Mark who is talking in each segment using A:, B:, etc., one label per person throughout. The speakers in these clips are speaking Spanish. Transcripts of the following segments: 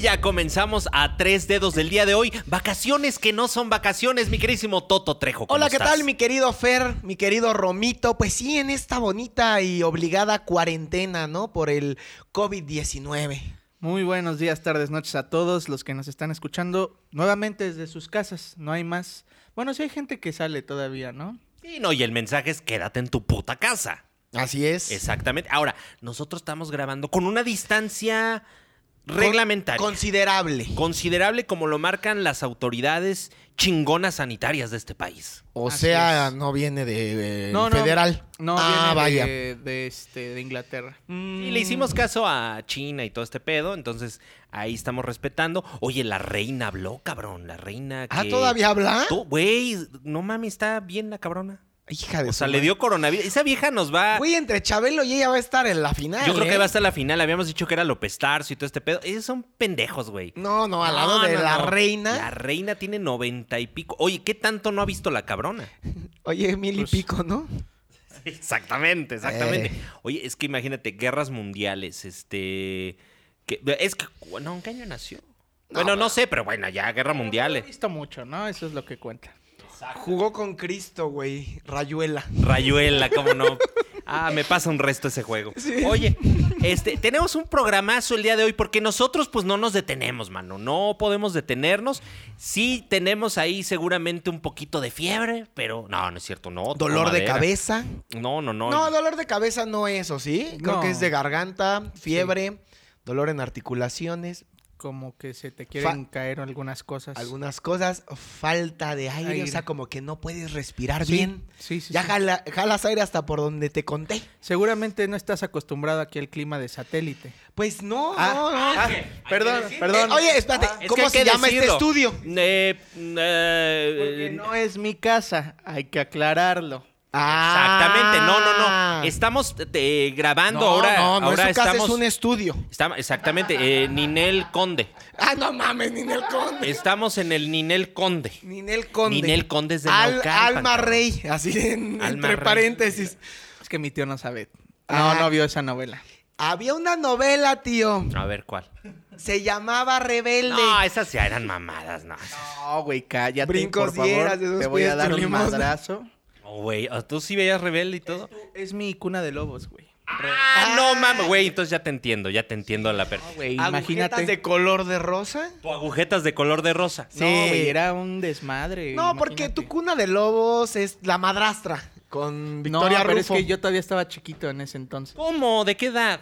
A: ya comenzamos a tres dedos del día de hoy. Vacaciones que no son vacaciones, mi querísimo Toto Trejo. ¿cómo
B: Hola, ¿qué
A: estás?
B: tal, mi querido Fer, mi querido Romito? Pues sí, en esta bonita y obligada cuarentena, ¿no? Por el COVID-19.
C: Muy buenos días, tardes, noches a todos los que nos están escuchando nuevamente desde sus casas. No hay más. Bueno, sí hay gente que sale todavía, ¿no?
A: Y no, y el mensaje es quédate en tu puta casa.
B: Así es.
A: Exactamente. Ahora, nosotros estamos grabando con una distancia
B: Con-
A: reglamentaria.
B: Considerable.
A: considerable como lo marcan las autoridades chingonas sanitarias de este país.
B: O
C: Así
B: sea,
C: es.
B: no viene de eh,
C: No, no,
B: federal.
C: No,
B: ah,
C: viene
B: vaya.
C: De, de este, de Inglaterra.
A: Y le
B: Mm.
A: hicimos caso a China y todo este pedo, entonces ahí estamos respetando. Oye, la reina habló, cabrón, la reina que...
B: Ah, ¿todavía habla?
A: Tú, Güey, no mames, está bien la cabrona.
B: Hija de
A: O
B: su
A: sea, le
B: madre.
A: dio coronavirus. Esa vieja nos va...
B: Güey, entre Chabelo y ella va a estar en la final.
A: Yo creo
B: ¿eh?
A: que va hasta la final. Habíamos dicho que era López Tarso y todo este pedo. Esos son pendejos, güey.
B: No, no, al lado
A: No,
B: de
A: no,
B: la
A: no.
B: reina.
A: La reina tiene noventa y pico. Oye, ¿qué tanto no ha visto la cabrona?
B: Oye, mil y
C: Pues-
B: pico, ¿no?
A: Exactamente, exactamente.
B: Eh.
A: Oye, es que imagínate, guerras mundiales, este... que- es que, bueno, ¿en qué año nació? bueno, no sé, pero bueno, ya, guerra
C: He
A: mundial.
C: visto mucho, ¿no? Eso es lo que cuenta.
B: Jugó con Cristo, güey. Rayuela.
A: Rayuela, cómo no. Ah, me pasa un resto ese juego. Oye, este, tenemos un programazo el día de hoy porque nosotros pues no nos detenemos, mano. No podemos detenernos. Sí tenemos ahí seguramente un poquito de fiebre, pero no, no es cierto, no. toco
B: Dolor de
A: madera.
B: cabeza.
A: No, no, no.
B: No, dolor de cabeza no es, ¿o sí? Creo
C: No.
B: que es de garganta, fiebre, dolor en articulaciones,
C: Como que se te quieren caer algunas cosas.
B: algunas cosas, falta de Pues aire, o
C: Aire.
B: sea, como que no puedes respirar
C: Sí,
B: bien.
C: Sí, sí.
B: ya
C: sí.
B: jala- jalas aire hasta por donde te conté.
C: Seguramente no estás acostumbrado aquí al clima de satélite.
B: Pues no,
C: Ah,
B: no, no.
C: ah, perdón, perdón.
B: Eh, oye, espérate,
A: Es que
B: ¿cómo
A: hay
B: se
A: que
B: llama este
A: decirlo.
B: estudio?
A: Eh, eh,
C: Porque no es mi casa, hay que aclararlo.
A: Exactamente, no, no,
B: Ah.
A: no. Estamos eh, grabando
B: No,
A: ahora.
B: No, no,
A: ahora
B: es su casa,
A: estamos,
B: es un estudio.
A: estamos- exactamente, eh, Ninel Conde.
B: Ah, no mames, Ninel Conde.
A: Estamos en el Ninel Conde.
B: Ninel Conde.
A: Ninel Conde es de
B: Al-
A: Naucalpan,
B: Alma
A: cabrón.
B: Rey, así en-
A: Alma
B: entre
A: Rey.
B: paréntesis.
C: Es que mi tío no sabe.
B: Ah.
C: No, no vio esa novela.
B: Había una novela, tío.
A: A ver cuál.
B: Se llamaba Rebelde.
A: No, esas ya eran mamadas, no.
C: No, güey, cállate,
B: Brincos
C: por favor.
B: dieras de esos
C: Te voy
B: pies
C: a dar
B: tu
C: un
B: limosna.
C: madrazo.
A: No, güey, tú sí veías rebelde y todo.
C: Es mi cuna de lobos, güey.
A: Ah, no mames, güey, entonces ya te entiendo, ya te entiendo a la
C: No,
A: perfección.
C: güey,
B: Agujetas
C: imagínate.
B: de color de rosa.
A: Tu agujetas de color de rosa.
C: No, güey, era un desmadre.
B: No, porque tu cuna de lobos es la madrastra con Victoria
C: Victoria no, pero
B: Rufo.
C: es que yo todavía estaba chiquito en ese entonces.
A: ¿Cómo? ¿De qué edad?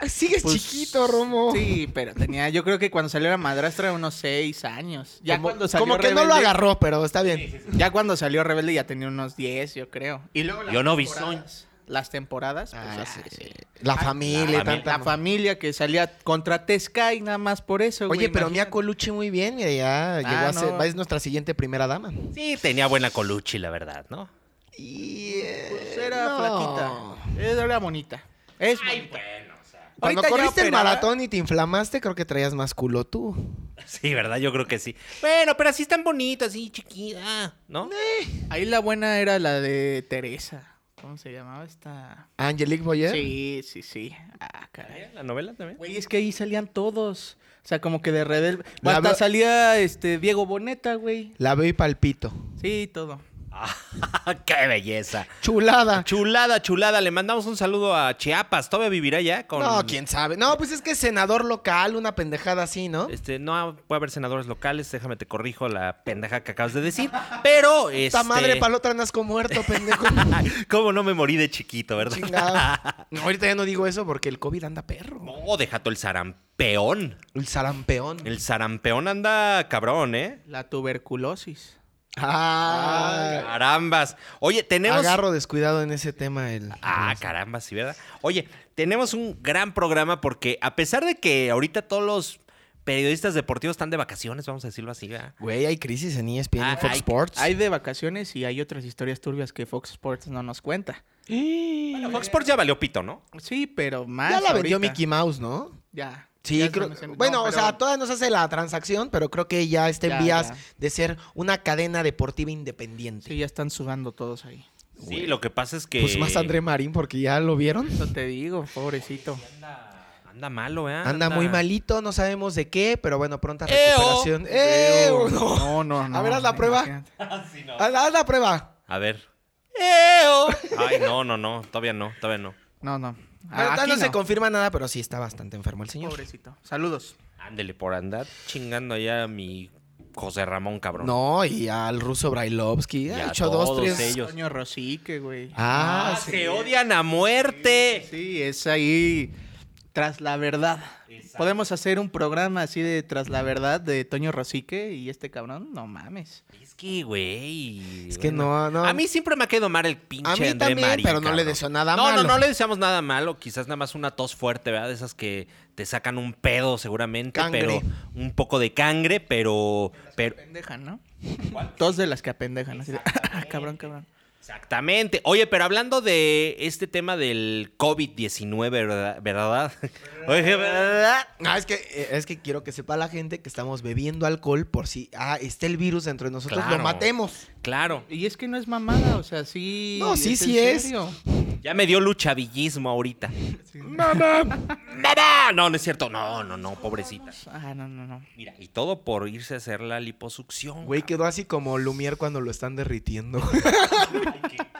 B: Ah, Sigues
C: Pues,
B: chiquito, Romo.
C: Sí, pero tenía, yo creo que cuando salió la madrastra unos seis años. Ya
B: como,
C: cuando salió
B: como que no lo
C: Rebelde-
B: agarró, pero está bien.
C: Ya cuando salió Rebelde ya tenía unos 10, yo creo. Y luego las
A: Yo no vi
C: temporadas- Las temporadas, pues,
B: Ah,
C: así,
B: sí.
C: sí.
B: La
C: Ah,
B: familia,
A: la
C: La,
B: tanta.
C: la familia que salía contra Tesca y nada más por eso,
B: Oye,
C: güey,
B: pero Mia
C: imagínate. Ah,
B: Colucci muy bien, mira, ya llegó a
C: no.
B: ser, es nuestra siguiente primera dama.
A: Sí, tenía buena coluchi, la verdad, ¿no?
B: Y eh,
C: Pues era
B: no.
C: flaquita. Era bonita. Es bonita.
A: bueno, o sea.
B: Cuando
C: Ahorita ya
B: corriste el
C: operada.
B: maratón y te inflamaste, creo que traías más culo tú.
A: Sí, ¿verdad? Yo creo que sí. Bueno, pero así están bonitas, así chiquita, ¿no?
C: Ahí la buena era la de Teresa. ¿Cómo se llamaba esta?
B: Angelique Boyer.
C: Sí, sí, sí. Ah, caray.
A: La novela también.
C: Güey, es que ahí salían todos. O sea, como que de redel.
B: La
C: Hasta
B: veo-
C: salía este Diego Boneta, güey.
B: La veo y palpito.
C: Sí, todo.
A: Ah, ¡Qué belleza!
C: Ah.
B: Chulada.
A: Chulada, chulada. Le mandamos un saludo a Chiapas. ¿Todavía vivirá ya? Con...
B: No, quién sabe. No, pues es que es senador local, una pendejada así, ¿no?
A: Este, no puede haber senadores locales. Déjame te corrijo la pendeja que acabas de decir. Pero, este...
B: Esta madre palota nazco muerto, pendejo.
A: ¿Cómo no me morí de chiquito, verdad?
B: Chingado. No, ahorita ya no digo eso porque el COVID anda perro.
A: No, deja todo el sarampeón.
B: El sarampeón.
A: El sarampeón anda cabrón, ¿eh?
C: La tuberculosis.
B: Ah,
A: Carambas. Oye, tenemos...
B: agarro descuidado en ese tema. El...
A: Ah, caramba, sí, ¿verdad? Oye, tenemos un gran programa porque a pesar de que ahorita todos los periodistas deportivos están de vacaciones, vamos a decirlo así, ¿verdad?
B: Güey, hay crisis en E ESPN y
A: Ah,
B: Fox
A: hay-
B: Sports.
C: Hay de vacaciones y hay otras historias turbias que Fox Sports no nos cuenta.
A: Bueno, Fox Sports ya valió pito, ¿no?
C: Sí, pero más.
B: Ya la vendió
C: ahorita.
B: Mickey Mouse, ¿no?
C: Ya.
B: Sí,
C: Ya
B: creo.
C: estamos en-
B: Bueno,
C: No,
B: o
C: pero-
B: sea, todavía nos hace la transacción, pero creo que ya está en
C: Ya,
B: vías
C: ya.
B: de ser una cadena deportiva independiente.
C: Sí, ya están sudando todos ahí.
A: Sí, lo que pasa es que...
B: Pues más André Marín, porque ya lo vieron.
C: Eso te digo, pobrecito.
A: Anda malo, ¿eh?
B: Anda muy malito, no sabemos de qué, pero bueno, pronta
A: ¡Eo!
B: recuperación. ¡Eo!
C: Creo.
B: Eh, No.
C: No, no, no.
B: A ver, haz la prueba.
C: imagínate.
B: Haz la- haz la prueba.
A: A ver. ¡Eo! Ay, no, no, no. Todavía no, todavía no.
C: No, no.
B: Bueno,
C: Aquí
B: tal no,
C: no.
B: se confirma nada, pero sí está bastante enfermo el señor.
C: Pobrecito. Saludos.
A: Ándele por andar chingando allá a mi José Ramón, cabrón.
B: No, y al ruso Brailovsky.
A: Y
B: Ha
A: a
B: hecho dos,
A: todos
B: tres.
A: ellos.
C: Coño Rosique, güey.
B: Ah,
A: Ah,
B: sí.
A: se odian a muerte.
C: Sí, es ahí tras la verdad.
A: Exacto.
C: Podemos hacer un programa así de tras la verdad de Toño Rosique y este cabrón, no mames.
A: Es que, güey.
B: Es que
A: bueno.
B: no, no.
A: A mí siempre me ha quedado mal el pinche
B: A mí
A: André
B: también,
A: Marín,
B: pero no le
A: cabrón.
B: deseo nada
A: no,
B: malo.
A: No, no, le deseamos nada malo. Quizás nada más una tos fuerte, ¿verdad? De esas que te sacan un pedo seguramente.
B: Cangre.
A: Pero un poco de cangre, pero... pero
C: Apendejan, ¿no? Dos de las que apendejan. Así de, ah, cabrón, cabrón.
A: exactamente. Oye, pero hablando de este tema del COVID-19, ¿verdad? ¿Verdad? Oye, ¿verdad?
B: Ah, es que, eh, es que quiero que sepa la gente que estamos bebiendo alcohol por si ah, está el virus dentro de nosotros,
A: Claro.
B: lo matemos.
A: Claro.
C: Y es que no es mamada, o sea, sí.
B: No, sí,
C: en
B: sí es.
C: serio.
A: Ya me dio luchavillismo ahorita. ¡Mamá! ¡Mamá! No, no es cierto. No, no, no, pobrecita.
C: Ah, no, no, no.
A: Mira, y todo por irse a hacer la liposucción.
B: Güey, quedó así como Lumière cuando lo están derritiendo.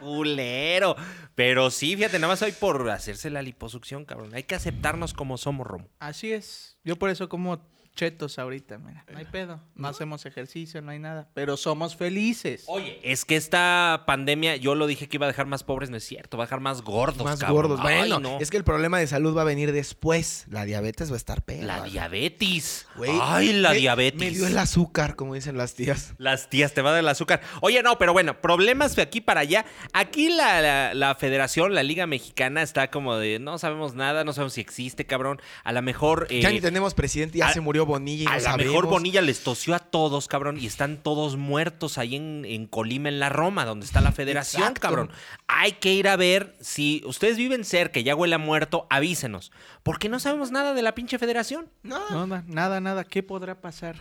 A: culero. Pero sí, fíjate, nada más hoy por hacerse la liposucción, cabrón. Hay que aceptarnos como somos, Romo.
C: Así es. Yo por eso como chetos ahorita, mira.
B: Eh,
C: No hay pedo. No hacemos ejercicio, no hay nada. Pero somos felices.
B: Oh.
A: Oye, es que esta pandemia, yo lo dije que iba a dejar más pobres, no es cierto, va a dejar más gordos,
B: Más
A: cabrón.
B: gordos.
A: Ay,
B: Bueno,
A: no.
B: es que el problema de salud va a venir después. La diabetes va a estar peor.
A: la diabetes.
B: Güey,
A: Ay, la
B: me-
A: diabetes.
B: Me dio el azúcar, como dicen las tías.
A: Las tías te va a dar el azúcar. Oye, no, pero bueno, problemas de aquí para allá. Aquí la, la- la federación, la Liga Mexicana, está como de no sabemos nada, no sabemos si existe, cabrón. A lo mejor.
B: ya
A: eh,
B: ni tenemos presidente, ya
A: a-
B: se murió Bonilla. y
A: A
B: no
A: lo mejor
B: sabemos.
A: Bonilla les tosió a todos, cabrón, y están todos muertos ahí en, en Colima, en la Roma, donde está la federación,
B: Exacto.
A: cabrón. Hay que ir a ver si ustedes viven cerca y ya huele a muerto, avísenos. Porque no sabemos nada de la pinche federación.
B: No,
C: No, na- nada, nada. ¿Qué podrá pasar?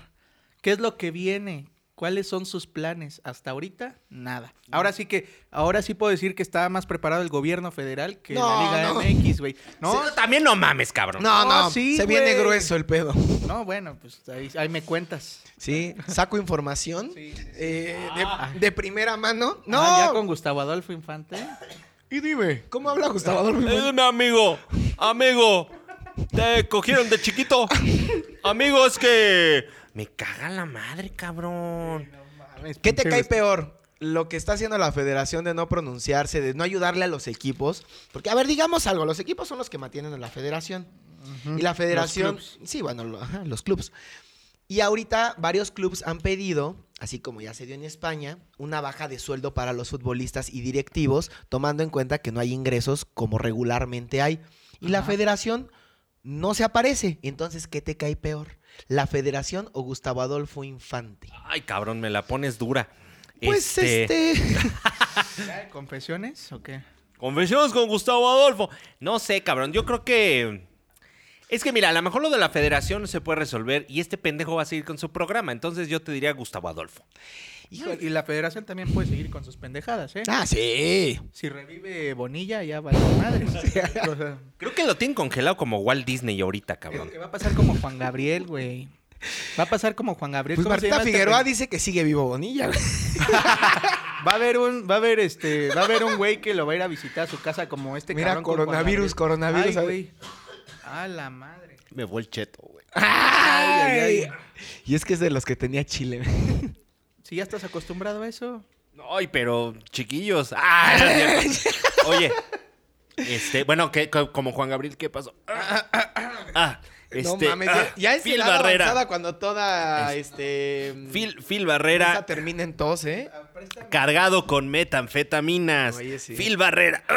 C: ¿Qué es lo que viene? ¿Cuáles son sus planes? Hasta ahorita, nada. Ahora sí que, ahora sí puedo decir que está más preparado el gobierno federal que
B: No,
C: la Liga
B: no.
C: MX, güey. No,
A: No, también no mames, cabrón.
B: No, no,
C: No, sí,
B: se viene
C: güey.
B: grueso el pedo.
C: no, bueno, pues ahí, ahí me cuentas.
B: Sí, saco información
C: Sí, sí, sí.
B: eh, de- de, primera mano. No,
C: Ah, ya con Gustavo Adolfo Infante.
B: y dime, ¿cómo habla Gustavo Adolfo?
A: Eh, Dime, amigo, amigo, te cogieron de chiquito. Amigo, es que me caga la madre, cabrón.
B: ¿Qué te cae peor? Lo que está haciendo la federación de no pronunciarse, de no ayudarle a los equipos. Porque, a ver, digamos algo, los equipos son los que mantienen a la federación.
C: Ujú,
B: Y la federación...
C: los
B: Sí, bueno, lo- ajá, los clubes. Y ahorita varios clubes han pedido, así como ya se dio en España, una baja de sueldo para los futbolistas y directivos, tomando en cuenta que no hay ingresos como regularmente hay. Y la
C: Ajá.
B: federación no se aparece. Entonces, ¿qué te cae peor? ¿La federación o Gustavo Adolfo Infante?
A: Ay, cabrón, me la pones dura.
B: Pues este...
C: ¿Ya, ¿Confesiones o qué?
A: Confesiones con Gustavo Adolfo. No sé, cabrón. Yo creo que. Es que mira, a lo mejor lo de la federación no se puede resolver y este pendejo va a seguir con su programa. Entonces yo te diría Gustavo Adolfo.
B: Híjole.
C: Y la federación también puede seguir con sus pendejadas, ¿eh?
B: Ah, sí.
C: Si revive Bonilla, ya vale madre. O sea,
A: Creo que lo tienen congelado como Walt Disney ahorita, cabrón.
C: Que va a pasar como Juan Gabriel, güey. Va a pasar como Juan Gabriel.
B: Pues
C: ¿Cómo se
B: Marta
C: llama este
B: Figueroa
C: güey?
B: dice que sigue vivo Bonilla. güey.
C: Va a haber un, va a haber este, va a haber un güey que lo va a ir a visitar a su casa como este
B: Mira,
C: cabrón con Juan
B: coronavirus,
C: Gabriel.
B: coronavirus,
C: Ay,
B: a
C: güey. A la madre.
A: Me fue el cheto, güey.
C: Ay, ay, ay.
B: Y es que es de los que tenía Chile.
C: Si ya estás acostumbrado a eso.
A: Ay, pero chiquillos. Ah, no es cierto. Oye, este, bueno, que co- como Juan Gabriel, ¿qué pasó? Ah, ah, ah, ah, este,
B: no mames,
A: ah,
B: ya, ya es
A: Phil
B: la edad
A: Barrera.
B: avanzada cuando toda este
A: Phil, Phil
B: esa
A: Barrera
B: termina en tos, ¿eh?
C: ah,
A: cargado con metanfetaminas.
B: Oye, sí.
A: Phil Barrera.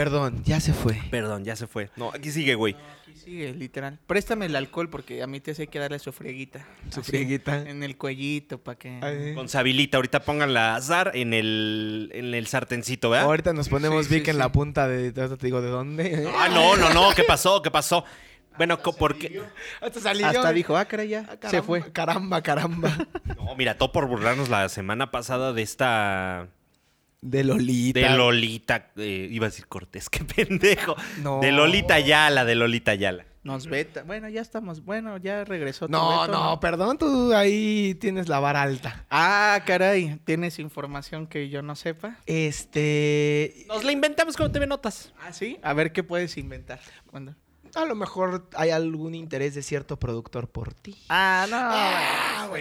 A: Ah.
B: Perdón, ya se fue.
A: Perdón, ya se fue. No, aquí sigue, güey.
C: Aquí sigue, literal. Préstame el alcohol porque a mí te sé que darle su frieguita.
B: Su
C: Así,
B: frieguita.
C: En el cuellito, para que.
B: Ay.
A: Con Sabilita, ahorita pongan la azar en el, en el sartencito, ¿verdad?
B: Ahorita nos ponemos
C: Sí, sí,
B: Vic en
C: sí.
B: la punta de ahorita te digo de dónde. ¿eh?
A: Ah, no, no, no, ¿qué pasó? ¿Qué pasó? Bueno, co- porque.
B: Hasta salió.
C: Hasta dijo, ah, caray, ya.
B: Ah, caramba,
C: se fue.
B: Caramba, caramba.
A: No, mira, todo por burlarnos la semana pasada de esta.
B: De Lolita.
A: De Lolita. eh, iba a decir Cortés, qué pendejo.
B: No.
A: De Lolita Yala, de Lolita Yala.
C: Nos veta. Bueno, ya estamos. Bueno, ya regresó. tu
B: No,
C: veto,
B: no, perdón, tú ahí tienes la vara alta.
C: Ah, caray. ¿Tienes información que yo no sepa?
B: Este.
A: Nos la inventamos como TV Notas.
C: Ah, sí. A ver qué puedes inventar. Cuando-
B: A lo mejor hay algún interés de cierto productor por ti.
C: Ah, no.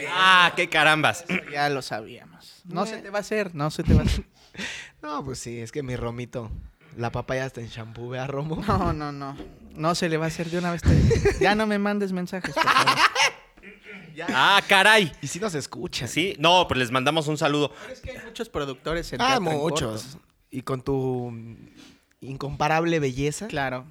A: Ah, qué carambas.
C: bueno, Ya lo sabíamos. No se te va a hacer. No se te va a hacer.
B: No, pues sí, es que mi Romito. La papaya está en shampoo, ¿vea, Romo?
C: No, no, no. No se le va a hacer de una vez. te- Ya no me mandes mensajes, por favor.
A: Ah, caray.
B: Y si nos escuchas.
A: Sí, no, pues les mandamos un saludo.
C: Es que hay muchos productores en
B: Ah,
C: teatro en corto.
B: muchos. Y con tu mm, incomparable belleza.
C: Claro.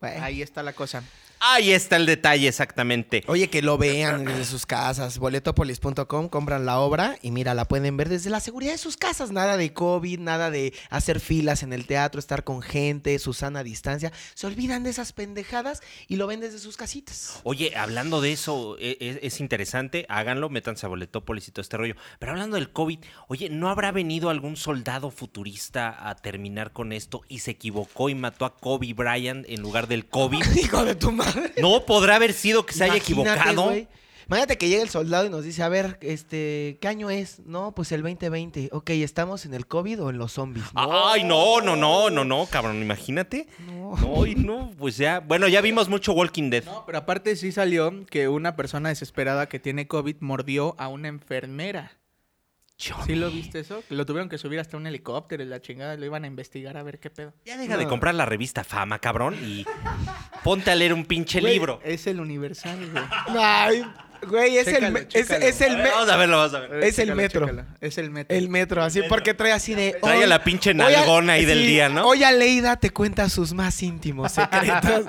B: Bueno.
C: Ahí está la cosa.
A: Ahí está el detalle exactamente.
B: Oye, que lo vean desde sus casas. Boletopolis.com, compran la obra y mira, la pueden ver desde la seguridad de sus casas. Nada de COVID, nada de hacer filas en el teatro, estar con gente, su sana distancia. Se olvidan de esas pendejadas y lo ven desde sus casitas.
A: Oye, hablando de eso, e- e- es, interesante, háganlo, métanse a Boletópolis y todo este rollo. Pero hablando del COVID, oye, ¿no habrá venido algún soldado futurista a terminar con esto y se equivocó y mató a Kobe Bryant en lugar del COVID?
B: Hijo de tu madre.
A: ¿No podrá haber sido que se haya
B: Imagínate,
A: equivocado?
B: güey. Imagínate que llega el soldado y nos dice, a ver, este, ¿qué año es? No, pues el 2020. Ok, ¿estamos en el COVID o en los zombies?
A: Ay, no, no, no, no, no, cabrón, imagínate.
B: No.
A: No, y no, pues ya, bueno, ya vimos mucho Walking Dead.
C: No, pero aparte sí salió que una persona desesperada que tiene COVID mordió a una enfermera. ¿Sí lo viste eso? Lo tuvieron que subir hasta un helicóptero y la chingada lo iban a investigar a ver qué pedo.
A: Ya deja de
B: No.
A: comprar la revista Fama, cabrón, y ponte a leer un pinche
B: Este
C: Güey,
A: libro.
C: Es el universal, güey.
B: Ay, güey, es
C: Chécalo,
B: el, me- es,
C: chécalo.
B: es el,
A: A ver,
B: me-
A: vamos a verlo, vamos a ver.
B: Es el
C: Chécalo,
B: metro.
C: chécalo. Es el metro.
B: el metro, así, porque trae así de...
A: Trae
B: "Hoy-
A: la pinche
B: hoy a-
A: nalgona ahí del día, ¿no?
B: Hoy Aleida te cuenta sus más íntimos secretos.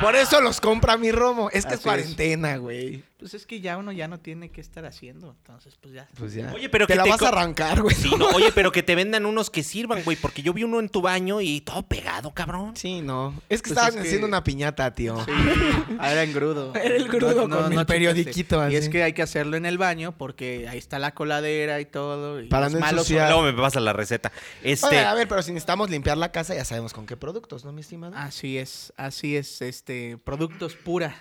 B: Por eso los compra mi Romo. Es que es
C: Así es.
B: cuarentena, güey.
C: Pues es que ya uno ya no tiene que estar haciendo, entonces pues ya.
B: Pues ya.
A: Oye, pero
B: te
A: que
B: la
A: te
B: vas
A: co-
B: a arrancar, güey.
A: Sí, no, oye, pero que te vendan unos que sirvan, güey, porque yo vi uno en tu baño y todo pegado, cabrón.
B: Sí, no. Es que
C: Pues
B: estaban
C: es que-
B: haciendo una piñata, tío.
C: Ah, Era engrudo.
B: Era el grudo con el periodiquito,
C: checaste. Y
B: así.
C: es que hay que hacerlo en el baño porque ahí está la coladera y todo. y
B: Para
C: los
B: no
C: malos
B: ensuciar.
A: Luego me pasa la receta. Este,
B: Oye, a ver, pero si necesitamos limpiar la casa, ya sabemos con qué productos, ¿no, mi estimado?
A: Ah,
C: Así es, así es, este, productos pura,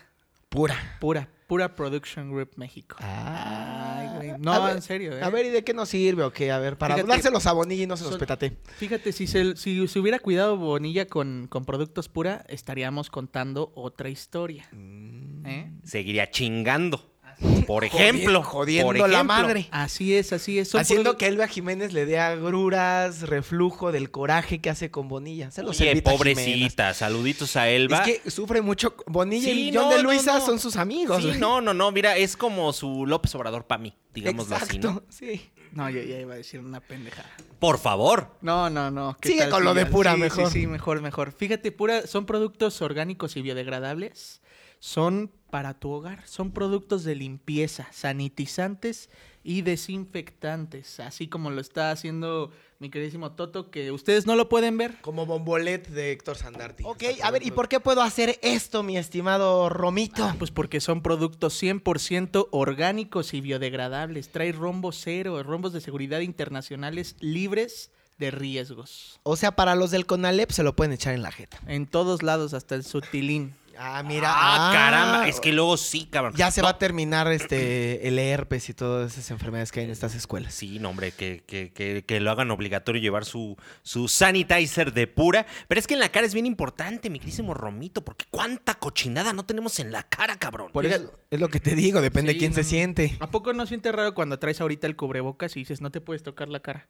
B: Pura.
C: pura, pura Production Group México. Ay, güey. No,
B: Ah. A ver,
C: en serio, eh.
B: A ver, ¿y de qué nos sirve o qué? A ver, para
C: Fíjate.
B: dárselos a Bonilla y no se los
C: Son-
B: petate.
C: Fíjate, si se, si se hubiera cuidado Bonilla con, con productos pura, estaríamos contando otra historia.
B: Mm.
C: ¿eh?
A: seguiría chingando.
B: Ah,
A: Por ejemplo.
B: jodiendo
A: por
B: la
A: ejemplo. Ah,
B: madre.
C: Así es, así es. son
B: Haciendo
C: produ-
B: que Elba Jiménez le dé agruras, reflujo del coraje que hace con Bonilla. Se los
A: Oye,
B: evita
A: pobrecita,
B: Jiménez.
A: saluditos a
B: Es
A: Elba.
B: que sufre mucho. Bonilla
A: Sí,
B: y John
A: no,
B: de
A: no,
B: Luisa
A: no.
B: son sus amigos.
A: Sí,
B: güey.
A: no, no, no, mira, es como su López Obrador para mí, digámoslo así,
B: Exacto,
A: ¿no?
B: sí.
C: No, yo ya iba a decir una pendejada.
A: Por favor.
C: No, no, no. ¿qué
B: Sigue
C: tal
B: con
C: si
B: lo de
C: ya-
B: pura,
C: sí,
B: mejor.
C: Sí, sí, mejor, mejor. Fíjate, pura, son productos orgánicos y biodegradables. Son para tu hogar. Son productos de limpieza, sanitizantes y desinfectantes. Así como lo está haciendo mi queridísimo Toto, que ustedes no lo pueden ver.
B: Como bombolet de Héctor Sandarti. Ok,
C: Está
B: a ver, ¿y
C: poniendo-
B: por qué puedo hacer esto, mi estimado Romito?
C: Ah, Pues porque son productos 100% orgánicos y biodegradables. Trae rombos cero, rombos de seguridad internacionales libres de riesgos.
B: O sea, para los del Conalep se lo pueden echar en la jeta.
C: En todos lados, hasta el sutilín.
B: Ah, mira.
A: Ah, caramba, es que luego sí, cabrón.
B: Ya se va a terminar este el herpes y todas esas enfermedades que hay en estas escuelas.
A: Sí, no, hombre, que, que- que- que lo hagan obligatorio llevar su, su sanitizer de pura. Pero es que en la cara es bien importante, mi querísimo Romito, porque cuánta cochinada no tenemos en la cara, cabrón.
B: Por eso es lo que te digo, depende
C: Sí,
B: de quién
C: no,
B: se
C: no.
B: siente.
A: Ah,
C: ¿A poco no sientes raro cuando traes ahorita el cubrebocas y dices no te puedes tocar la cara?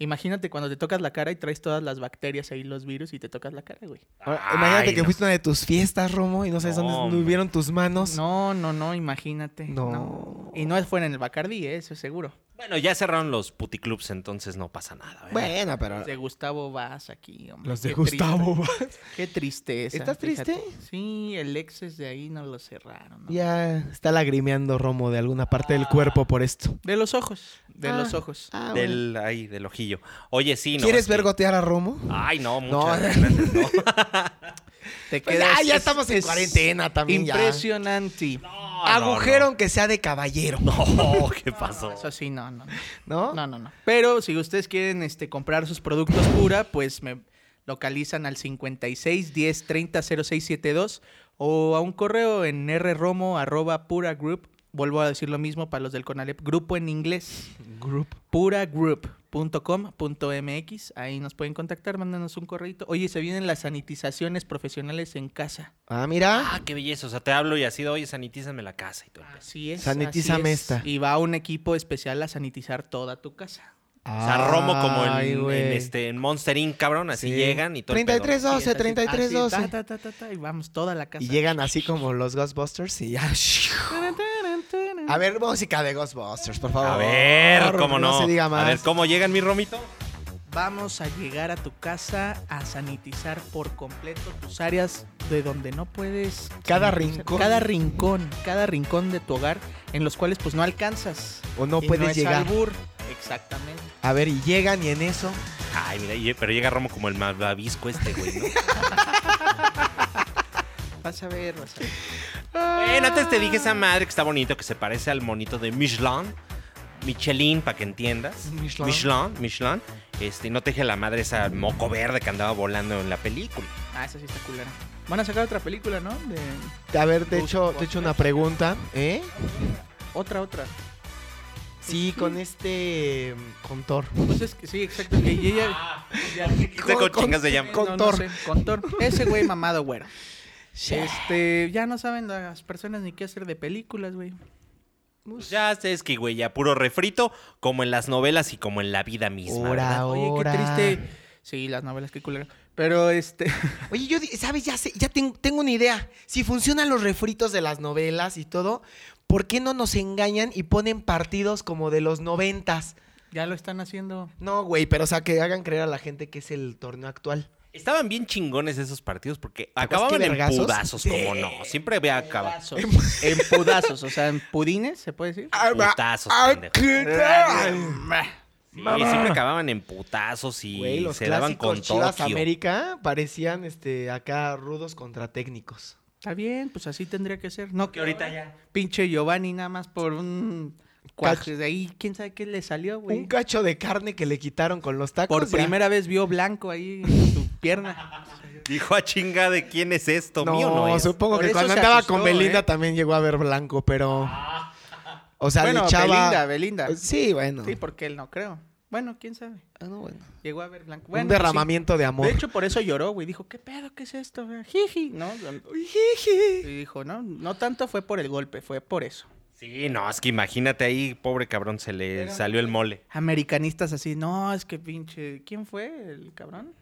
C: Imagínate cuando te tocas la cara y traes todas las bacterias ahí, los virus y te tocas la cara, güey.
B: Ahora, Ah, imagínate
A: Ay,
B: que
A: no.
B: fuiste a una de tus fiestas, Romo, y no sabes
A: No,
B: dónde
A: hombre.
B: estuvieron tus manos.
C: No, no, no, imagínate.
B: No.
C: Y no fue en el Bacardí, eh, eso es seguro.
A: Bueno, ya cerraron los puticlubs, entonces no pasa nada. ¿verdad?
B: Bueno, pero
C: Los de Gustavo Vaz aquí, hombre.
B: los de
C: Qué triste.
B: Gustavo.
C: Qué tristeza.
B: ¿Estás triste?
C: Sí, el exes de ahí nos lo cerraron. ¿no?
B: ya está lagrimeando Romo de alguna parte
A: Ah.
B: del cuerpo por esto.
C: De los ojos, de
B: Ah.
C: los ojos.
B: Ah, bueno.
A: Del, ahí, del ojillo. Oye, sí, no.
B: ¿Quieres
A: es que- Ah,
B: ver gotear a Romo?
A: Ay, no,
B: No.
A: muchas gracias, no.
C: Te
B: Pues,
C: quedas-
B: ah, ya
C: es-
B: estamos en
C: es
B: cuarentena también. ya.
C: Impresionante.
A: No,
B: Agujero aunque sea de caballero,
A: No, no, ¿qué pasó?
C: Eso sí, no, no.
B: ¿no?
C: no. No, no, no. Pero si ustedes quieren este, comprar sus productos pura, pues me localizan al 56 10 30 0672 o a un correo en rromo arroba pura group. Vuelvo a decir lo mismo para los del Conalep. Grupo en inglés.
B: Group.
C: Puragroup.com.mx. Ahí nos pueden contactar, mándanos un correito. Oye, se vienen las sanitizaciones profesionales en casa.
B: Ah, mira.
A: Ah, qué belleza. O sea, te hablo y así de, oye, sanitízame la casa y todo. el pedo.
C: Así es.
B: Sanitízame
C: así es.
B: esta.
C: Y va un equipo especial a sanitizar toda tu casa.
A: O sea, Romo como en,
B: Ay, güey.
A: en este, en Monster Inc, cabrón. Así
B: Sí.
A: llegan y todo. el pedo.
B: 33
C: Así es,
B: 12,
C: así-
B: 33
C: así, ta,
B: 12.
C: ta, ta, ta, ta, y vamos toda la casa.
B: Y llegan así como los Ghostbusters y ya. A ver, música de Ghostbusters, por favor.
A: A ver, cómo no.
B: No se diga más.
A: A ver, ¿cómo llegan, mi Romito?
C: Vamos a llegar a tu casa a sanitizar por completo tus áreas de donde no puedes.
B: Cada
C: sanitizar.
B: rincón.
C: Cada rincón, cada rincón de tu hogar en los cuales pues no alcanzas.
B: O no
C: Y
B: puedes
C: es
B: llegar.
C: albur. Exactamente.
B: A ver, y llegan y en eso.
A: Ay, mira, y- pero llega Romo como el malvavisco este, güey, ¿no?
C: Vas a ver, vas a ver.
A: Bueno, antes te dije esa madre que está bonito, que se parece al monito de Michelin. Michelin, para que entiendas.
B: Michelin.
A: Michelin, Michelin. Este, y no te dije la madre esa moco verde que andaba volando en la película.
C: Ah, esa sí está culera. Van a sacar otra película, ¿no? De
B: A ver, te hecho, te hecho una pregunta, ¿eh?
C: otra, otra.
B: Sí, con este con Thor.
C: Pues es que sí, exacto. Que ella,
A: Quise con chingas de llama.
B: con Thor.
C: Contor. Ese güey mamado güero. Este, ya no saben las personas ni qué hacer de películas, güey.
A: Pues ya sabes que, güey, ya puro refrito, como en las novelas y como en la vida misma.
B: Ora.
A: ¿verdad?
C: Oye, qué
B: Ahora.
C: triste. Sí, las novelas, qué culero. Pero este.
B: Oye, yo, di- ¿sabes? Ya sé, ya ten- tengo una idea. Si funcionan los refritos de las novelas y todo, ¿por qué no nos engañan y ponen partidos como de los noventas?
C: Ya lo están haciendo.
B: No, güey, pero o sea, que hagan creer a la gente que es el torneo actual.
A: Estaban bien chingones esos partidos porque
B: acuerdas
A: acababan
B: qué
A: en
B: vergazos?
A: pudazos, como no. Siempre había acabado.
C: Pudazos. en pudazos, o sea, en pudines, ¿se puede decir?
A: Putazos, pendejo. Sí, siempre acababan en putazos y
B: Güey, los
A: se daban con
B: clásicos Chivas
A: Tokio.
B: América parecían este acá rudos contra técnicos.
C: Está bien, pues así tendría que ser. No,
A: Que ahorita ya.
C: Pinche Giovanni, nada más por un. Cuaje de ahí, quién sabe qué le salió, güey.
B: Un cacho de carne que le quitaron con los tacos.
C: Por
B: ya.
C: primera vez vio blanco ahí en su pierna.
A: Dijo a chinga de quién es esto,
B: No,
A: mío no es.
B: supongo
C: Por
B: que
C: eso
B: cuando
C: se
B: andaba
C: asustó,
B: con Belinda
C: ¿eh?
B: también llegó a ver blanco, pero. O sea,
C: bueno,
B: de chava.
C: Belinda, Belinda.
B: Sí, bueno.
C: Sí, porque él no creo. Bueno, quién sabe.
B: Ah, no, bueno.
C: Llegó a ver blanco.
B: Un
C: Bueno,
B: derramamiento de
C: sí.
B: amor.
C: De hecho, por eso lloró, güey. Dijo, ¿qué pedo? ¿Qué es esto? güey? Jiji, ¿no? Y dijo, no, no tanto fue por el golpe, fue por eso.
A: Sí, no, es que imagínate ahí, pobre cabrón, se le salió el mole.
C: Americanistas así, no, es que pinche. ¿Quién fue el cabrón?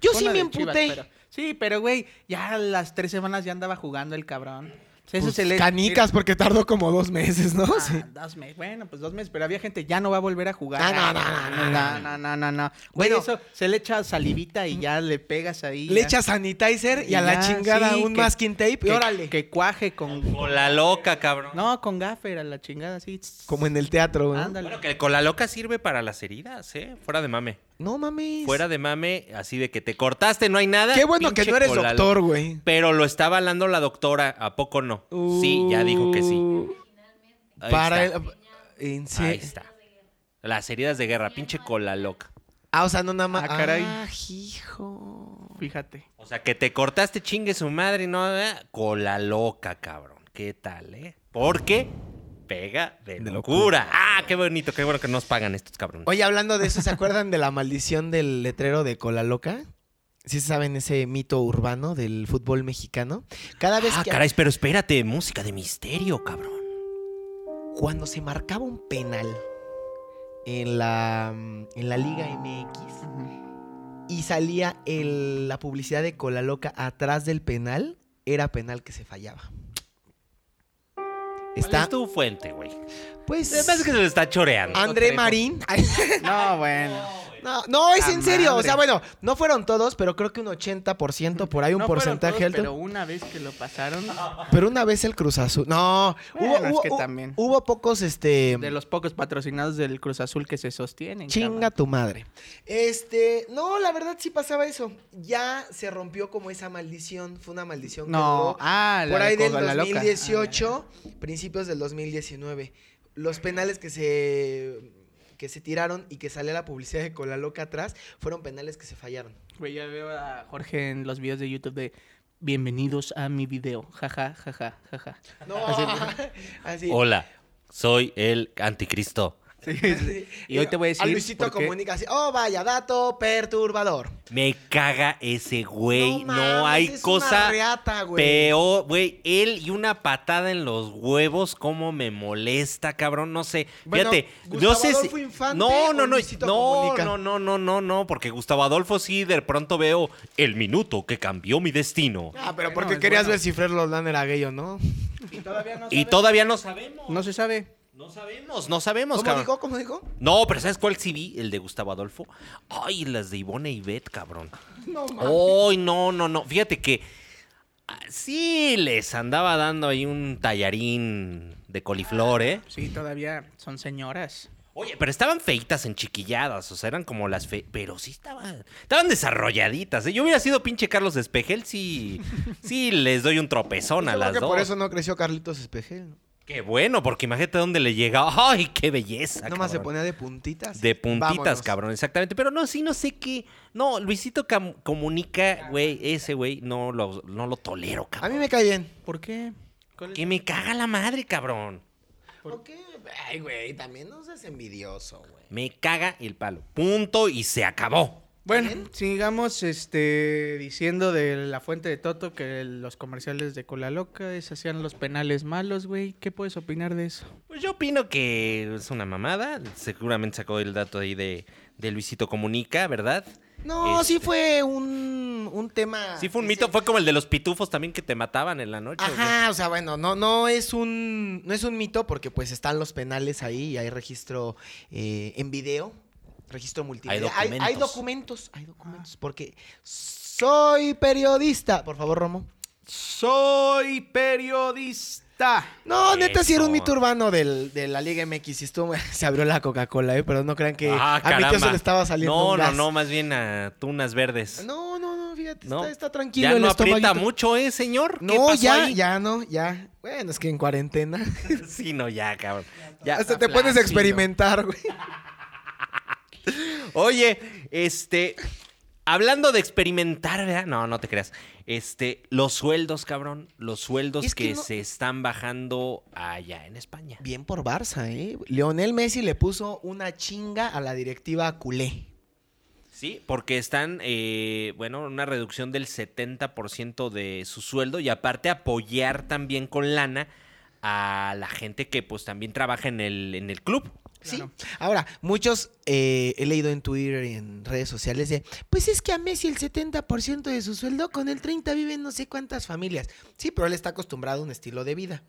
B: Yo
C: Fue
B: sí
C: una
B: me
C: de Chivas,
B: emputé.
C: pero- Sí, pero güey, ya a las tres semanas ya andaba jugando el cabrón. O sea, eso
B: Pues,
C: se le-
B: Canicas, porque tardó como dos meses, ¿no? Sí.
C: Ah, dos meses. Bueno, pues dos meses, pero había gente, ya no va a volver a jugar.
B: Ah, no, no, no, no,
C: no, no, no, no. Güey,
B: Bueno.
C: eso se le echa salivita y ya le pegas ahí.
B: Le
C: ya.
B: echas sanitizer y a la
C: Ya,
B: chingada
C: sí,
B: un
C: que-
B: masking tape y
C: que,
B: órale.
C: Que cuaje con.
A: Con la loca, cabrón.
C: No, con gaffer a la chingada, así. tss,
B: Como en eh? el teatro, güey.
C: Ándale.
A: Bueno, que con la loca sirve para las heridas, ¿eh? Fuera de mame.
B: No mames.
A: Fuera de mame, así de que te cortaste, no hay nada.
B: Qué bueno que
A: pinche
B: no eres
A: cola loca.
B: doctor, güey.
A: Pero lo está avalando la doctora, ¿a poco no? Sí, ya dijo que sí.
B: Uh,
A: Ahí
B: Para
A: está.
B: el- en sí.
A: Ahí está. Las heridas de guerra, pinche cola loca.
B: Ah, o sea, no nada más.
C: Ah, caray.
B: Ah, hijo.
C: Fíjate.
A: O sea, que te cortaste chingue su madre, ¿no? Eh, Cola loca, cabrón. ¿Qué tal, eh? Porque pega de,
B: De
A: locura. Ah, qué bonito, qué bueno que nos pagan estos cabrones.
B: Oye, hablando de eso, ¿se acuerdan de la maldición del letrero de Cola Loca? ¿Sí saben ese mito urbano del fútbol mexicano? Cada vez
A: ah,
B: que
A: caray, pero espérate, música de misterio, cabrón.
B: cuando se marcaba un penal en la mm, en la Liga MX y salía el- la publicidad de Cola Loca atrás del penal, era penal que se fallaba.
A: ¿Cuál
B: Está
A: es tu fuente, güey?
B: pues
A: Me parece que se lo está choreando.
B: André
C: Trejo.
B: Marín.
C: No, bueno.
B: No, no, es
C: La
B: en serio. O sea,
C: madre.
B: bueno, no fueron todos, pero creo que un 80%, por ahí un
C: No fueron
B: porcentaje
C: todos,
B: alto.
C: Pero una vez que lo pasaron,
B: Pero... una vez el Cruz Azul. No,
C: Bueno,
B: hubo,
C: es
B: hubo-
C: Eh, que
B: hu-
C: también.
B: hubo pocos, este.
C: de los pocos patrocinados del Cruz Azul que se sostienen.
B: Chinga tu madre. Este, no, la verdad sí pasaba eso. Ya se rompió como esa maldición. Fue una maldición
C: cabrón.
B: que
C: No,
B: duró
C: ah, la
B: por ahí
C: de
B: del
C: Coca-Cola loca. Ah,
B: 2018, principios del 2019. Los penales que se que se tiraron y que salía la publicidad de Cola Loca atrás fueron penales que se fallaron.
C: Güey, ya veo a Jorge en los videos de YouTube de bienvenidos a mi video. Jaja, jaja, jaja.
B: No, así.
A: Hola, soy el anticristo.
C: Y hoy te voy a decir.
B: Luisito
C: por qué.
B: comunica así. Oh, vaya, dato perturbador.
A: Me caga ese güey. No,
B: mames,
A: hay
B: es una
A: cosa
B: reata, güey.
A: peor, güey. Él y una patada en los huevos, cómo me molesta, cabrón. No sé.
B: Bueno,
A: Fíjate,
B: ¿Gustavo
A: no sé
B: Adolfo Infante
A: no,
B: o
A: no, no,
B: Luisito
A: no,
B: Comunica?
A: no, no, no, no, no, porque Gustavo Adolfo sí de pronto veo el minuto que cambió mi destino.
B: Ah, pero
C: Bueno,
B: porque
C: es
B: querías
C: bueno.
B: ver si Fred Roldán era gay o no.
C: Y todavía no
A: Y
C: sabe-
A: todavía no sabemos.
C: No se sabe.
A: No sabemos, no sabemos,
B: ¿Cómo
A: cabrón.
B: dijo? ¿Cómo dijo?
A: No, pero ¿sabes cuál sí vi? El de Gustavo Adolfo. Ay, las de Ivone y Bet, cabrón.
B: No,
A: Ay, no, no, no. Fíjate que ah, sí les andaba dando ahí un tallarín de coliflor, ¿eh?
C: Sí, todavía son señoras.
A: Oye, pero estaban feitas en chiquilladas, o sea, eran como las fe... Pero sí estaban... Estaban desarrolladitas, ¿eh? Yo hubiera sido pinche Carlos Espejel si... Sí les doy un tropezón a
B: Yo creo
A: las
B: que
A: dos.
B: por eso no creció Carlitos Espejel.
A: Qué bueno, porque imagínate dónde le llega. ¡Ay, qué belleza!
B: Nomás se
A: Ah, cabrón!
B: ponía de puntitas.
A: De puntitas,
B: Vámonos.
A: cabrón, exactamente. Pero no, sí, no sé qué. No, Luisito Cam- comunica, güey, ese güey, no lo, no lo tolero,
B: A
A: cabrón.
B: mí me cae bien.
C: ¿Por qué? ¿Cuál es-
A: Que me caga la madre, cabrón.
B: ¿Por qué? Ay, güey, también no seas envidioso, güey.
A: Me caga el palo. Punto y se acabó.
C: Bueno, sigamos este, diciendo de la fuente de Toto que los comerciales de Cola Loca es- hacían los penales malos, güey. ¿Qué puedes opinar de eso?
A: Pues yo opino que es una mamada. Seguramente sacó el dato ahí de, de Luisito Comunica, ¿verdad?
B: No,
A: Este-
B: sí fue un, un tema.
A: Ah, Sí, fue un
B: ese-
A: mito. Fue como el de los pitufos también que te mataban en la noche. ¿o qué?
B: Ajá, o sea, bueno, no, no es un no es un mito porque pues están los penales ahí y hay registro eh, en video, registro multimedia. Hay
A: documentos.
B: documentos. Hay, documentos, hay documentos, porque soy periodista. Por favor, Romo.
C: Soy periodista.
B: No, neta, sí era un
A: Eso.
B: mito urbano del- de la Liga MX. Y estuvo- se abrió la Coca-Cola, ¿eh? Pero no crean que
A: Ah,
B: a mi tío se
A: caramba.
B: le estaba saliendo
A: No,
B: un
A: no,
B: gas.
A: no, más bien a tunas verdes.
B: No, no, no, fíjate,
A: No.
B: Está, está tranquilo
A: Ya
B: el
A: no aprieta
B: estomaguito.
A: mucho, ¿eh, señor? ¿Qué
B: No,
A: pasó
B: ya,
A: ahí?
B: ya no, ya. Bueno, es que en cuarentena.
A: Sí, no, ya, cabrón. Ya. ah,
B: Hasta te
C: está
B: puedes
C: flácido.
B: experimentar, güey.
A: Oye, este. Hablando de experimentar, ¿verdad? No, no te creas. Este, los sueldos, cabrón. Los sueldos
B: Es
A: que,
B: que no-
A: se están bajando allá en España.
B: Bien por Barça, ¿eh? Lionel Messi le puso una chinga a la directiva culé.
A: Sí, porque están, eh, bueno, una reducción del 70% de su sueldo y aparte apoyar también con lana a la gente que pues también trabaja en el, en el club.
B: Sí.
C: Claro.
B: Ahora, muchos eh, he leído en Twitter y en redes sociales de, pues es que a Messi el 70% de su sueldo, con el 30% viven no sé cuántas familias. Sí, pero él está acostumbrado a un estilo de vida.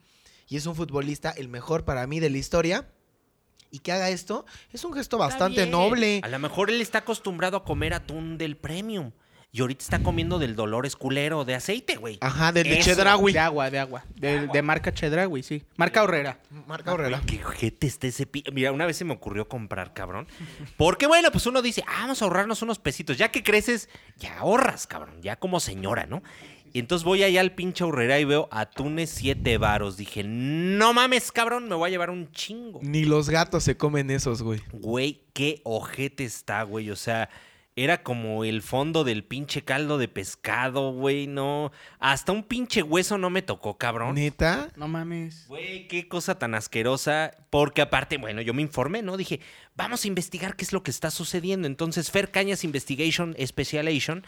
B: Y es un futbolista el mejor para mí de la historia. Y que haga esto es un gesto bastante
A: bien.
B: noble.
A: A lo mejor él está acostumbrado a comer atún del premium. Y ahorita está comiendo del dolor esculero de aceite, güey.
B: Ajá, del de
A: Eso.
B: Chedraui.
C: De agua, de agua. De, de marca Chedraui, sí. Marca Horrera.
B: Marca Herrera.
A: Qué ojete está ese pi- Mira, una vez se me ocurrió comprar, cabrón. Porque, bueno, pues uno dice, ah, vamos a ahorrarnos unos pesitos. Ya que creces, ya ahorras, cabrón. Ya como señora, ¿no? Y entonces voy allá al pinche aurrera y veo atunes siete varos. Dije, no mames, cabrón, me voy a llevar un chingo.
B: Ni los gatos se comen esos, güey.
A: Güey, qué ojete está, güey. O sea, era como el fondo del pinche caldo de pescado, güey. No, hasta un pinche hueso no me tocó, cabrón.
B: Neta.
C: No mames.
A: Güey, qué cosa tan asquerosa. Porque aparte, bueno, yo me informé, ¿no? Dije, vamos a investigar qué es lo que está sucediendo. Entonces, Fer Cañas Investigation Specialation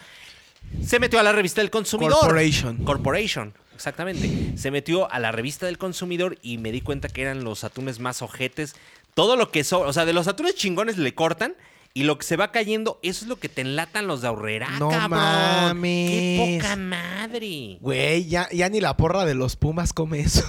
A: se metió a la revista del consumidor.
B: Corporation.
A: Corporation, exactamente. Se metió a la revista del consumidor y me di cuenta que eran los atunes más ojetes. Todo lo que so, o sea, de los atunes chingones le cortan y lo que se va cayendo, eso es lo que te enlatan los de ahorrera,
B: No
A: cabrón. Qué
B: mames.
A: poca madre.
B: Güey, ya, ya ni la porra de los Pumas come eso.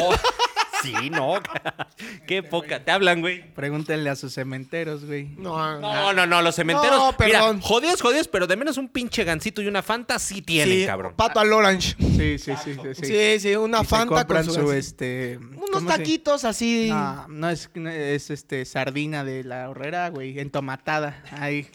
A: Oh, sí, no. Qué poca. Te hablan, güey.
C: Pregúntenle a sus cementeros, güey.
B: No, Ah,
A: No, no, no, los cementeros.
B: No, perdón.
A: Mira, jodidos, jodidos, pero de menos un pinche gancito y una fanta sí tienen, cabrón.
B: Pato al orange.
C: Sí, sí, sí, sí.
B: Sí,
C: sí.
B: sí,
C: Y
B: una
C: se
B: Fanta con
C: compran
B: su,
C: su, este... ¿cómo
B: unos
C: se-
B: taquitos así.
C: No, no es, no es, este sardina de la horrera, güey, entomatada. Ahí.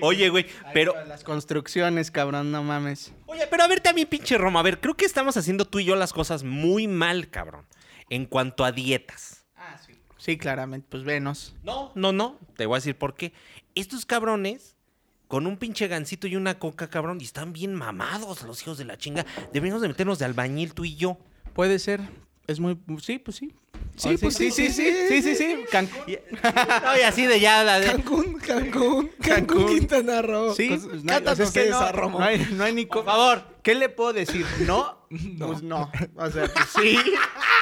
A: Oye, güey, pero.
C: Las construcciones, cabrón, no mames.
A: Oye, pero a ver también, pinche Roma, a ver, creo que estamos haciendo tú y yo las cosas muy mal, cabrón. En cuanto a dietas.
C: Ah, sí. Sí, claramente, pues venos.
A: No, no, no. Te voy a decir por qué. Estos cabrones con un pinche gancito y una coca, cabrón, y están bien mamados los hijos de la chinga. Deberíamos de meternos de albañil tú y yo.
C: Puede ser. Es muy. Sí, pues sí.
B: Sí,
C: Ahora
B: pues sí,
C: sí,
B: sí,
C: sí, sí, sí, sí. Can- eh,
A: No, y así de ya, la de-
B: Cancún, Cancún, Cancún,
C: Cancún.
B: Quintana Roo.
C: Sí,
B: Cos-
C: pues, no hay-
B: Cántanos
C: o sea, es que
B: ustedes
C: no,
B: a Romo.
C: no hay, no hay ni
A: Por
C: co-
A: favor.
C: ¿Qué le puedo decir? ¿No?
B: No.
C: Pues no. O sea, pues sí.